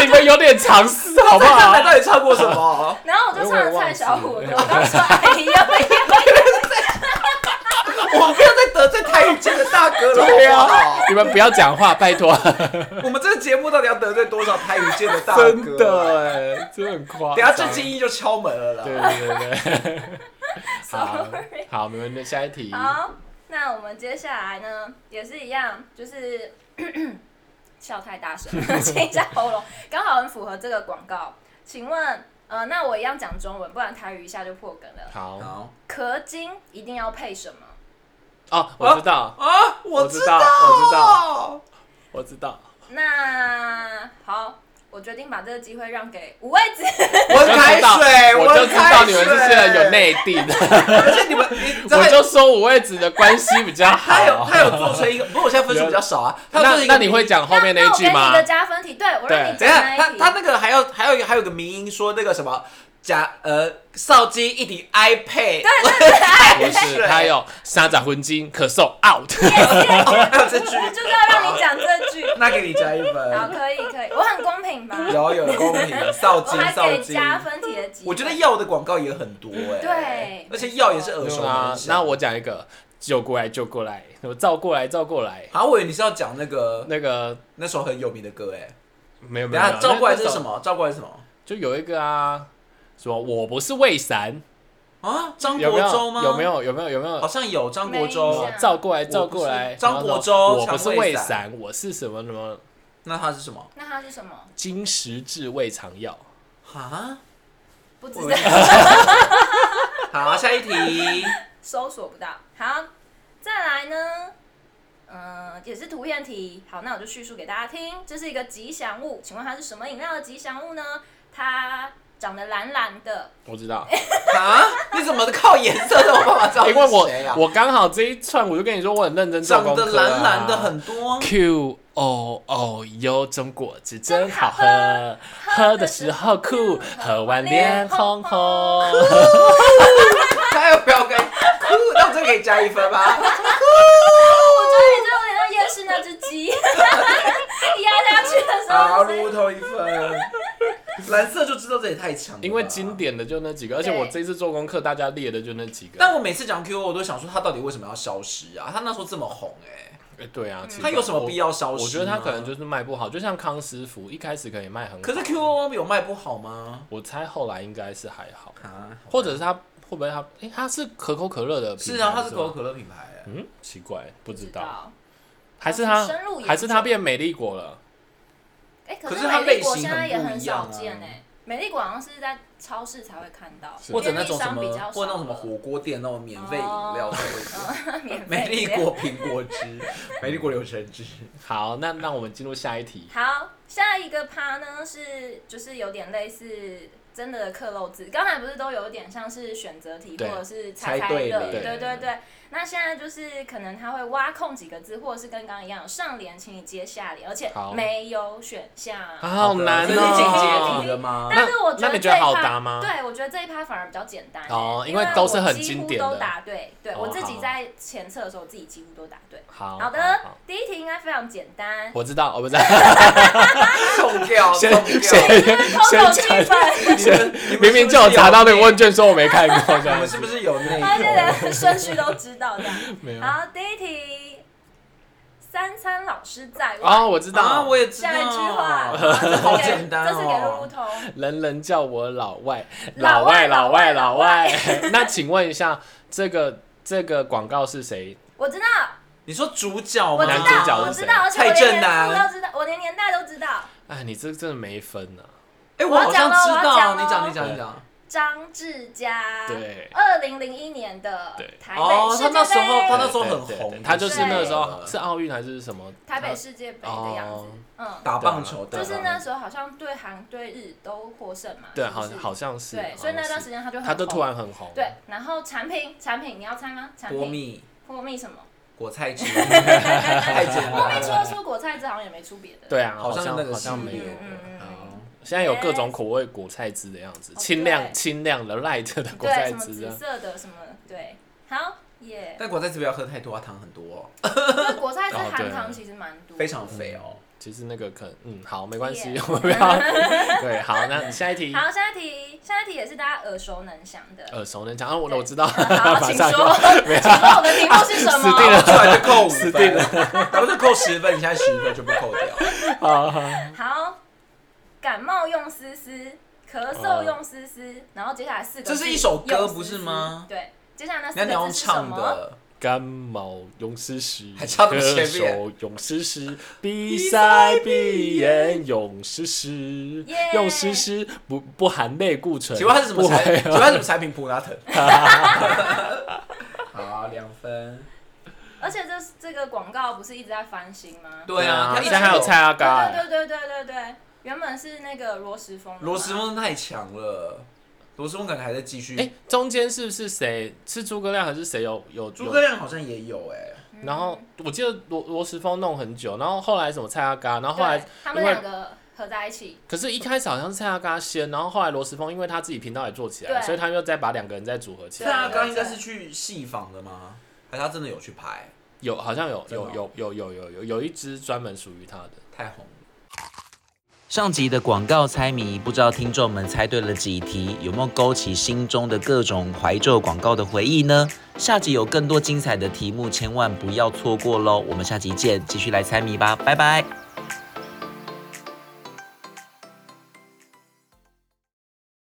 [SPEAKER 3] 你们有点尝试好不
[SPEAKER 2] 蔡正南
[SPEAKER 3] 好？
[SPEAKER 2] 到底唱过什么？
[SPEAKER 1] 然后我就唱了蔡小虎的，我刚说哎呀，哎呀，
[SPEAKER 2] 我不要再得罪台语界的大哥了，
[SPEAKER 3] 对
[SPEAKER 2] 好不好
[SPEAKER 3] 啊，你们不要讲话，拜托。
[SPEAKER 2] 我们这个节目到底要得罪多少台语界的大哥？
[SPEAKER 3] 真，的哎，真的很夸张。
[SPEAKER 2] 等下郑经一就敲门了啦。
[SPEAKER 3] 对对对对，好
[SPEAKER 1] Sorry
[SPEAKER 3] 好，没问题。下一题，
[SPEAKER 1] 好，那我们接下来呢，也是一样，就是 笑太大声，了，清一下喉咙，刚好很符合这个广告。请问，呃，那我一样讲中文，不然台语一下就破梗了。
[SPEAKER 3] 好
[SPEAKER 2] 好
[SPEAKER 1] 壳精一定要配什么？
[SPEAKER 3] 哦，我知道，
[SPEAKER 2] 啊，我
[SPEAKER 3] 知
[SPEAKER 2] 知
[SPEAKER 3] 道
[SPEAKER 2] 道，
[SPEAKER 3] 我知
[SPEAKER 2] 道，
[SPEAKER 3] 我知道，
[SPEAKER 1] 那好，我决定把这个机会让给五位子。
[SPEAKER 3] 我
[SPEAKER 2] 温
[SPEAKER 3] 就
[SPEAKER 2] 开
[SPEAKER 3] 知道
[SPEAKER 2] 水，
[SPEAKER 3] 我就知道你们这
[SPEAKER 2] 这
[SPEAKER 3] 些人有，内地 的，
[SPEAKER 2] 而且你们，你知道
[SPEAKER 3] 我就说五位子的关系比较
[SPEAKER 2] 他有
[SPEAKER 3] 好。
[SPEAKER 2] 他有做成一个，不过我现在分数比较少啊，他有做
[SPEAKER 3] 那
[SPEAKER 2] 成一
[SPEAKER 3] 那
[SPEAKER 2] 个
[SPEAKER 3] 你会讲后面那
[SPEAKER 1] 那
[SPEAKER 3] 一
[SPEAKER 1] 我给
[SPEAKER 3] 句
[SPEAKER 1] 你一
[SPEAKER 3] 吗
[SPEAKER 1] 个？加分题，对我 让你
[SPEAKER 2] 怎
[SPEAKER 1] 讲
[SPEAKER 2] 样？
[SPEAKER 1] 那
[SPEAKER 2] 他
[SPEAKER 1] 一
[SPEAKER 2] 他
[SPEAKER 1] 题。
[SPEAKER 2] 那个还有还有一个还有一个民音说那个什么假呃少基一顶 iPad，
[SPEAKER 3] 不是，他有沙仔婚金可送 out。
[SPEAKER 2] 还有这 句，
[SPEAKER 1] 我就是要让你讲这句。
[SPEAKER 2] 那给你加一
[SPEAKER 1] 好，
[SPEAKER 2] 分，
[SPEAKER 1] 可以可以，我很公平吧？
[SPEAKER 2] 有有公 平，少
[SPEAKER 1] 我
[SPEAKER 2] 基
[SPEAKER 1] 还
[SPEAKER 2] 少
[SPEAKER 1] 给
[SPEAKER 2] 基，
[SPEAKER 1] 加分题的机会。
[SPEAKER 2] 我觉得药的广告也很多哎、
[SPEAKER 1] 对
[SPEAKER 2] 而且药也是耳熟
[SPEAKER 3] 啊
[SPEAKER 2] 能，详。
[SPEAKER 3] 那我讲一个，救过来，救过来，我照过来，照过来。
[SPEAKER 2] 啊，我以为你是要讲那个
[SPEAKER 3] 那个
[SPEAKER 2] 那首很有名的歌哎、
[SPEAKER 3] 没有
[SPEAKER 2] 等一
[SPEAKER 3] 没有，没
[SPEAKER 2] 下
[SPEAKER 3] 有
[SPEAKER 2] 照过来这是？
[SPEAKER 3] 那
[SPEAKER 2] 什
[SPEAKER 3] 那首
[SPEAKER 2] 么？照过来是什么？
[SPEAKER 3] 就有一个啊，什么我不是魏闪，
[SPEAKER 2] 啊，张
[SPEAKER 3] 有
[SPEAKER 2] 国
[SPEAKER 3] 没
[SPEAKER 2] 洲
[SPEAKER 3] 有？
[SPEAKER 2] 吗？
[SPEAKER 3] 有没？有？有没有？有没有
[SPEAKER 2] 好？像有张国
[SPEAKER 1] 没印
[SPEAKER 2] 洲
[SPEAKER 1] 象。
[SPEAKER 3] 照过来，照过来。
[SPEAKER 2] 张国
[SPEAKER 3] 然后
[SPEAKER 2] 洲
[SPEAKER 3] 说我不是
[SPEAKER 2] 常
[SPEAKER 3] 魏
[SPEAKER 2] 卫
[SPEAKER 3] 闪
[SPEAKER 2] 散，
[SPEAKER 3] 我是什么什么
[SPEAKER 2] 那他是什么？
[SPEAKER 1] 那它是什么？
[SPEAKER 3] 金石治胃肠药。
[SPEAKER 2] 啊？
[SPEAKER 1] 不知
[SPEAKER 2] 我
[SPEAKER 1] 道。
[SPEAKER 2] 好，下一题。
[SPEAKER 1] 搜索不到。好，再来呢，呃，也是图片题。好，那我就叙述给大家听，这是一个吉祥物，请问它是什么饮料的吉祥物呢？它长得蓝蓝的，
[SPEAKER 3] 我 知道，
[SPEAKER 2] 啊？你怎么靠颜色都有办法知道
[SPEAKER 3] 因为哎我
[SPEAKER 2] 是谁啊？
[SPEAKER 3] 我刚好这一串，我就跟你说我很认真做
[SPEAKER 2] 长
[SPEAKER 3] 功课
[SPEAKER 2] 得
[SPEAKER 3] 啊。
[SPEAKER 2] 蓝蓝的很
[SPEAKER 3] 哦
[SPEAKER 2] 多
[SPEAKER 3] Q O O U 中果汁真好喝
[SPEAKER 1] 真，
[SPEAKER 3] 喝的时候酷，喝完脸红红。
[SPEAKER 2] 他要不要跟？哭那我这个可以加一分 吧？
[SPEAKER 1] 哦我觉得你这有点像夜市那只鸡， 压下去的时
[SPEAKER 2] 啊，
[SPEAKER 1] 候
[SPEAKER 2] 撸头一分。蓝色就知道这也太强了，
[SPEAKER 3] 因为经。典啊的就那几个，而且我这次做功课，大家列的就那几个。
[SPEAKER 2] 但我每次讲 Q O，我都想说他到底为什么要消失啊？他那时候这么红哎、
[SPEAKER 3] 哎对啊，其实
[SPEAKER 2] 他有什么必要消
[SPEAKER 3] 我？
[SPEAKER 2] 失
[SPEAKER 3] 我觉得他可能
[SPEAKER 2] 吗
[SPEAKER 3] 就是卖不好，就像康师傅一开始可以卖很好，
[SPEAKER 2] 可是 Q O 有卖不好吗？
[SPEAKER 3] 我猜后来应该是还好，
[SPEAKER 2] 啊，
[SPEAKER 3] 或者是他会不会他？哎，他是可口可乐的品牌
[SPEAKER 2] 是啊，他是可
[SPEAKER 3] 吗
[SPEAKER 2] 口可乐品牌、欸，
[SPEAKER 3] 嗯，奇怪，不
[SPEAKER 1] 不
[SPEAKER 3] 知
[SPEAKER 1] 知
[SPEAKER 3] 道，
[SPEAKER 1] 道。
[SPEAKER 3] 还是他
[SPEAKER 1] 深入研究
[SPEAKER 3] 还是他变美丽果了？
[SPEAKER 1] 哎、
[SPEAKER 2] 可
[SPEAKER 1] 可
[SPEAKER 2] 是
[SPEAKER 1] 是
[SPEAKER 2] 它
[SPEAKER 1] 美丽
[SPEAKER 2] 类
[SPEAKER 1] 果
[SPEAKER 2] 型
[SPEAKER 1] 现在也
[SPEAKER 2] 很不
[SPEAKER 1] 很
[SPEAKER 2] 一
[SPEAKER 1] 少
[SPEAKER 2] 样啊
[SPEAKER 1] 见哎、美丽果好像是在超市才会看到，
[SPEAKER 3] 是
[SPEAKER 2] 或者那种什
[SPEAKER 1] 便利商比
[SPEAKER 2] 么
[SPEAKER 1] 较，
[SPEAKER 2] 或者那种什
[SPEAKER 1] 少
[SPEAKER 2] 么
[SPEAKER 1] 了
[SPEAKER 2] 火锅店那种免费饮料才会有。
[SPEAKER 1] 嗯 免费
[SPEAKER 2] 美丽
[SPEAKER 1] 的
[SPEAKER 2] 果苹果汁，美丽果柳橙汁。
[SPEAKER 3] 好，那那我们进入下一题。
[SPEAKER 1] 好，下一个趴呢是就是有点类似真的的刻漏字，刚才不是都有点像是选择题
[SPEAKER 3] 对
[SPEAKER 1] 或者是猜
[SPEAKER 2] 猜
[SPEAKER 1] 猜
[SPEAKER 2] 对
[SPEAKER 1] 乐，
[SPEAKER 2] 联
[SPEAKER 1] 对对对那现在就是可能他会挖空几个字，或者是跟刚刚一样有上联，请你接下联，而且
[SPEAKER 3] 好
[SPEAKER 1] 没有选项。
[SPEAKER 3] 啊， 好难
[SPEAKER 2] 这
[SPEAKER 1] 是
[SPEAKER 2] 是进
[SPEAKER 1] 哦
[SPEAKER 2] 阶题了吗？
[SPEAKER 1] 但是我觉
[SPEAKER 3] 那
[SPEAKER 1] 得
[SPEAKER 3] 那你
[SPEAKER 1] 这
[SPEAKER 3] 觉
[SPEAKER 1] 一
[SPEAKER 3] 得
[SPEAKER 1] 趴，
[SPEAKER 3] 好答吗
[SPEAKER 1] 对，我觉得这一趴反而比较简单欸
[SPEAKER 3] 哦
[SPEAKER 1] 因
[SPEAKER 3] 因为都是很
[SPEAKER 1] 我
[SPEAKER 3] 经
[SPEAKER 1] 几乎
[SPEAKER 3] 典的
[SPEAKER 1] 都答对，对、
[SPEAKER 3] 哦
[SPEAKER 1] 我自己
[SPEAKER 3] 好
[SPEAKER 1] 在前测的时候，我自己几乎都答对。
[SPEAKER 3] 好，
[SPEAKER 1] 好的，
[SPEAKER 3] 好
[SPEAKER 1] 第一题应该非常简单，
[SPEAKER 3] 我知道，我不 知道，
[SPEAKER 2] 送掉，送
[SPEAKER 3] 先
[SPEAKER 2] 掉。
[SPEAKER 3] 先
[SPEAKER 1] 偷走剧
[SPEAKER 3] 先
[SPEAKER 1] 本。
[SPEAKER 3] 先
[SPEAKER 2] 你们
[SPEAKER 3] 明明就有查到那个问卷，说我没看过，这
[SPEAKER 2] 你
[SPEAKER 3] 样
[SPEAKER 2] 们是
[SPEAKER 3] 子
[SPEAKER 2] 不是有内
[SPEAKER 1] 他这
[SPEAKER 2] 容？
[SPEAKER 1] 连 顺序都知道的。
[SPEAKER 2] 啊
[SPEAKER 3] 没 有。
[SPEAKER 1] 好，第一题，三餐老师在外。
[SPEAKER 3] 哦，我知
[SPEAKER 2] 啊，
[SPEAKER 3] 道，
[SPEAKER 2] 我也 知道。
[SPEAKER 1] 下一句 话，
[SPEAKER 2] 这好简单
[SPEAKER 1] 这是给路路
[SPEAKER 2] 哦。
[SPEAKER 1] 通。
[SPEAKER 3] 人人叫我老外，
[SPEAKER 1] 老
[SPEAKER 3] 外，
[SPEAKER 1] 外
[SPEAKER 3] 老老
[SPEAKER 1] 老
[SPEAKER 3] 外
[SPEAKER 1] 外。
[SPEAKER 3] 那请问一下，这个这个广告是谁？
[SPEAKER 1] 我知道，
[SPEAKER 2] 你说主角吗？
[SPEAKER 1] 我知
[SPEAKER 3] 男主角
[SPEAKER 1] 道，
[SPEAKER 3] 是
[SPEAKER 1] 我
[SPEAKER 3] 谁
[SPEAKER 1] 知道，而且我
[SPEAKER 2] 蔡
[SPEAKER 1] 连
[SPEAKER 2] 正
[SPEAKER 1] 年
[SPEAKER 2] 南
[SPEAKER 1] 度都知道，我连年代都知道。
[SPEAKER 3] 哎，你这真的没分啊呐、
[SPEAKER 2] 哎，我好像知
[SPEAKER 1] 我要
[SPEAKER 2] 道。
[SPEAKER 1] 讲咯
[SPEAKER 2] 你讲，你
[SPEAKER 3] 我要讲咯
[SPEAKER 2] 讲，你讲。
[SPEAKER 1] 张志佳，
[SPEAKER 3] 对
[SPEAKER 1] 二零零一年的
[SPEAKER 3] 对
[SPEAKER 1] 台
[SPEAKER 2] 哦
[SPEAKER 1] 北世
[SPEAKER 2] 他
[SPEAKER 1] 界
[SPEAKER 2] 那时候
[SPEAKER 1] 杯
[SPEAKER 2] 他那时候
[SPEAKER 3] 对
[SPEAKER 2] 很
[SPEAKER 3] 对
[SPEAKER 2] 红
[SPEAKER 3] 对他就是那个时候
[SPEAKER 2] 对
[SPEAKER 3] 是奥运还是什么？
[SPEAKER 1] 台北世界杯
[SPEAKER 3] 哦
[SPEAKER 1] 的样子，嗯，
[SPEAKER 2] 打棒球的，
[SPEAKER 1] 就是那时候好像对韩对日都获胜嘛，
[SPEAKER 3] 对，
[SPEAKER 1] 是不
[SPEAKER 3] 好
[SPEAKER 1] 是
[SPEAKER 3] 好像是。
[SPEAKER 1] 对，所以那
[SPEAKER 3] 好像
[SPEAKER 1] 段
[SPEAKER 3] 是
[SPEAKER 1] 时间他就很
[SPEAKER 3] 他都
[SPEAKER 1] 红
[SPEAKER 3] 突然很红。
[SPEAKER 1] 对，然后产品产品你要猜吗？产
[SPEAKER 2] 波
[SPEAKER 1] 品
[SPEAKER 2] 蜜
[SPEAKER 1] 波蜜 什么？
[SPEAKER 2] 果菜 汁，太简
[SPEAKER 1] 波蜜
[SPEAKER 2] 单
[SPEAKER 1] 除了。
[SPEAKER 2] 了
[SPEAKER 1] 出果菜之好像也没出别的。
[SPEAKER 3] 对啊，
[SPEAKER 2] 好
[SPEAKER 3] 好
[SPEAKER 2] 像
[SPEAKER 3] 像
[SPEAKER 2] 那个
[SPEAKER 3] 好
[SPEAKER 2] 是
[SPEAKER 3] 像没有。
[SPEAKER 1] 嗯嗯嗯
[SPEAKER 2] 好
[SPEAKER 3] 现在有各种口味果菜汁的样子，
[SPEAKER 1] 哦
[SPEAKER 3] 清
[SPEAKER 1] 对
[SPEAKER 3] 亮清亮的 light 的果
[SPEAKER 1] 对，
[SPEAKER 3] 菜
[SPEAKER 1] 什么
[SPEAKER 3] 汁
[SPEAKER 1] 紫
[SPEAKER 3] 啊。
[SPEAKER 1] 色的什么对，好耶。
[SPEAKER 2] 但果菜汁不要喝太多，它糖很多哦，
[SPEAKER 1] 这果菜汁
[SPEAKER 3] 哦对
[SPEAKER 1] 含糖其实蛮多，
[SPEAKER 2] 非常肥哦。
[SPEAKER 3] 其实那个可能，嗯，好，没关系
[SPEAKER 1] Yeah
[SPEAKER 3] 我 不要。对，好，那下一题，
[SPEAKER 1] 好，下一题，下一题也是大家耳熟能详的。
[SPEAKER 2] 呃
[SPEAKER 3] 耳熟能详。啊，我
[SPEAKER 1] 对
[SPEAKER 3] 我知道，
[SPEAKER 1] 好，
[SPEAKER 3] 马
[SPEAKER 1] 请
[SPEAKER 3] 上
[SPEAKER 1] 说，请
[SPEAKER 3] 就
[SPEAKER 1] 说我们的题目是什
[SPEAKER 3] 死定
[SPEAKER 1] 么？
[SPEAKER 3] 了
[SPEAKER 2] 出来就扣五分，
[SPEAKER 3] 死定
[SPEAKER 2] 咱们就扣十分，你现在十分全部扣掉。
[SPEAKER 3] 好好
[SPEAKER 1] 好，感冒用丝丝，咳嗽用丝丝，然后接下来四个字，
[SPEAKER 2] 这是一首歌
[SPEAKER 1] 用丝丝
[SPEAKER 2] 不是吗
[SPEAKER 1] 对，接下来那四
[SPEAKER 2] 那你要
[SPEAKER 1] 个
[SPEAKER 2] 用
[SPEAKER 1] 字是什
[SPEAKER 2] 唱
[SPEAKER 1] 么？
[SPEAKER 2] 的，
[SPEAKER 3] 感冒勇士师，
[SPEAKER 2] 还唱那么前
[SPEAKER 3] 歌
[SPEAKER 2] 面啊
[SPEAKER 3] 手勇士师，比赛闭眼勇士师
[SPEAKER 1] 耶，
[SPEAKER 3] 勇士师不不含类固醇。
[SPEAKER 2] 请问他是什么啊
[SPEAKER 3] 不
[SPEAKER 2] 产？
[SPEAKER 3] 会
[SPEAKER 2] 请问他是什么产品？普拉 特。好，两分。
[SPEAKER 1] 而且这这个广告不是一直在翻新吗？
[SPEAKER 2] 对啊，他一
[SPEAKER 3] 现
[SPEAKER 2] 直
[SPEAKER 3] 在还有蔡阿嘎欸，
[SPEAKER 1] 对对对对对对，原本是那个罗时峰的嘛，
[SPEAKER 2] 罗时峰太强了，罗时峰可能还在继续。
[SPEAKER 3] 哎、中间是不是谁是诸葛亮还是谁有有
[SPEAKER 2] 诸
[SPEAKER 3] 有
[SPEAKER 2] 葛亮好像也有哎、
[SPEAKER 1] 嗯，
[SPEAKER 3] 然后我记得罗罗时丰弄很久，然后后来什么蔡阿嘎，然后后来
[SPEAKER 1] 对他们
[SPEAKER 3] 因为
[SPEAKER 1] 两个合在一起，
[SPEAKER 3] 可是，一开始好像是蔡阿嘎先，然后后来罗时丰因为他自己频道也做起来，
[SPEAKER 1] 对
[SPEAKER 3] 所以他又再把两个人再组合起
[SPEAKER 2] 蔡
[SPEAKER 3] 来。
[SPEAKER 2] 阿刚应该是去戏仿的吗？还是他真的有去拍？
[SPEAKER 3] 有好像有
[SPEAKER 2] 真的
[SPEAKER 3] 有
[SPEAKER 2] 哦
[SPEAKER 3] 有有有有有有一支专门属于他的。
[SPEAKER 2] 太红了。
[SPEAKER 4] 上集的广告猜谜，不知道听众们猜对了几题，有没有勾起心中的各种怀旧广告的回忆呢？下集有更多精彩的题目，千万不要错过喽！我们下集见，继续来猜谜吧，拜拜。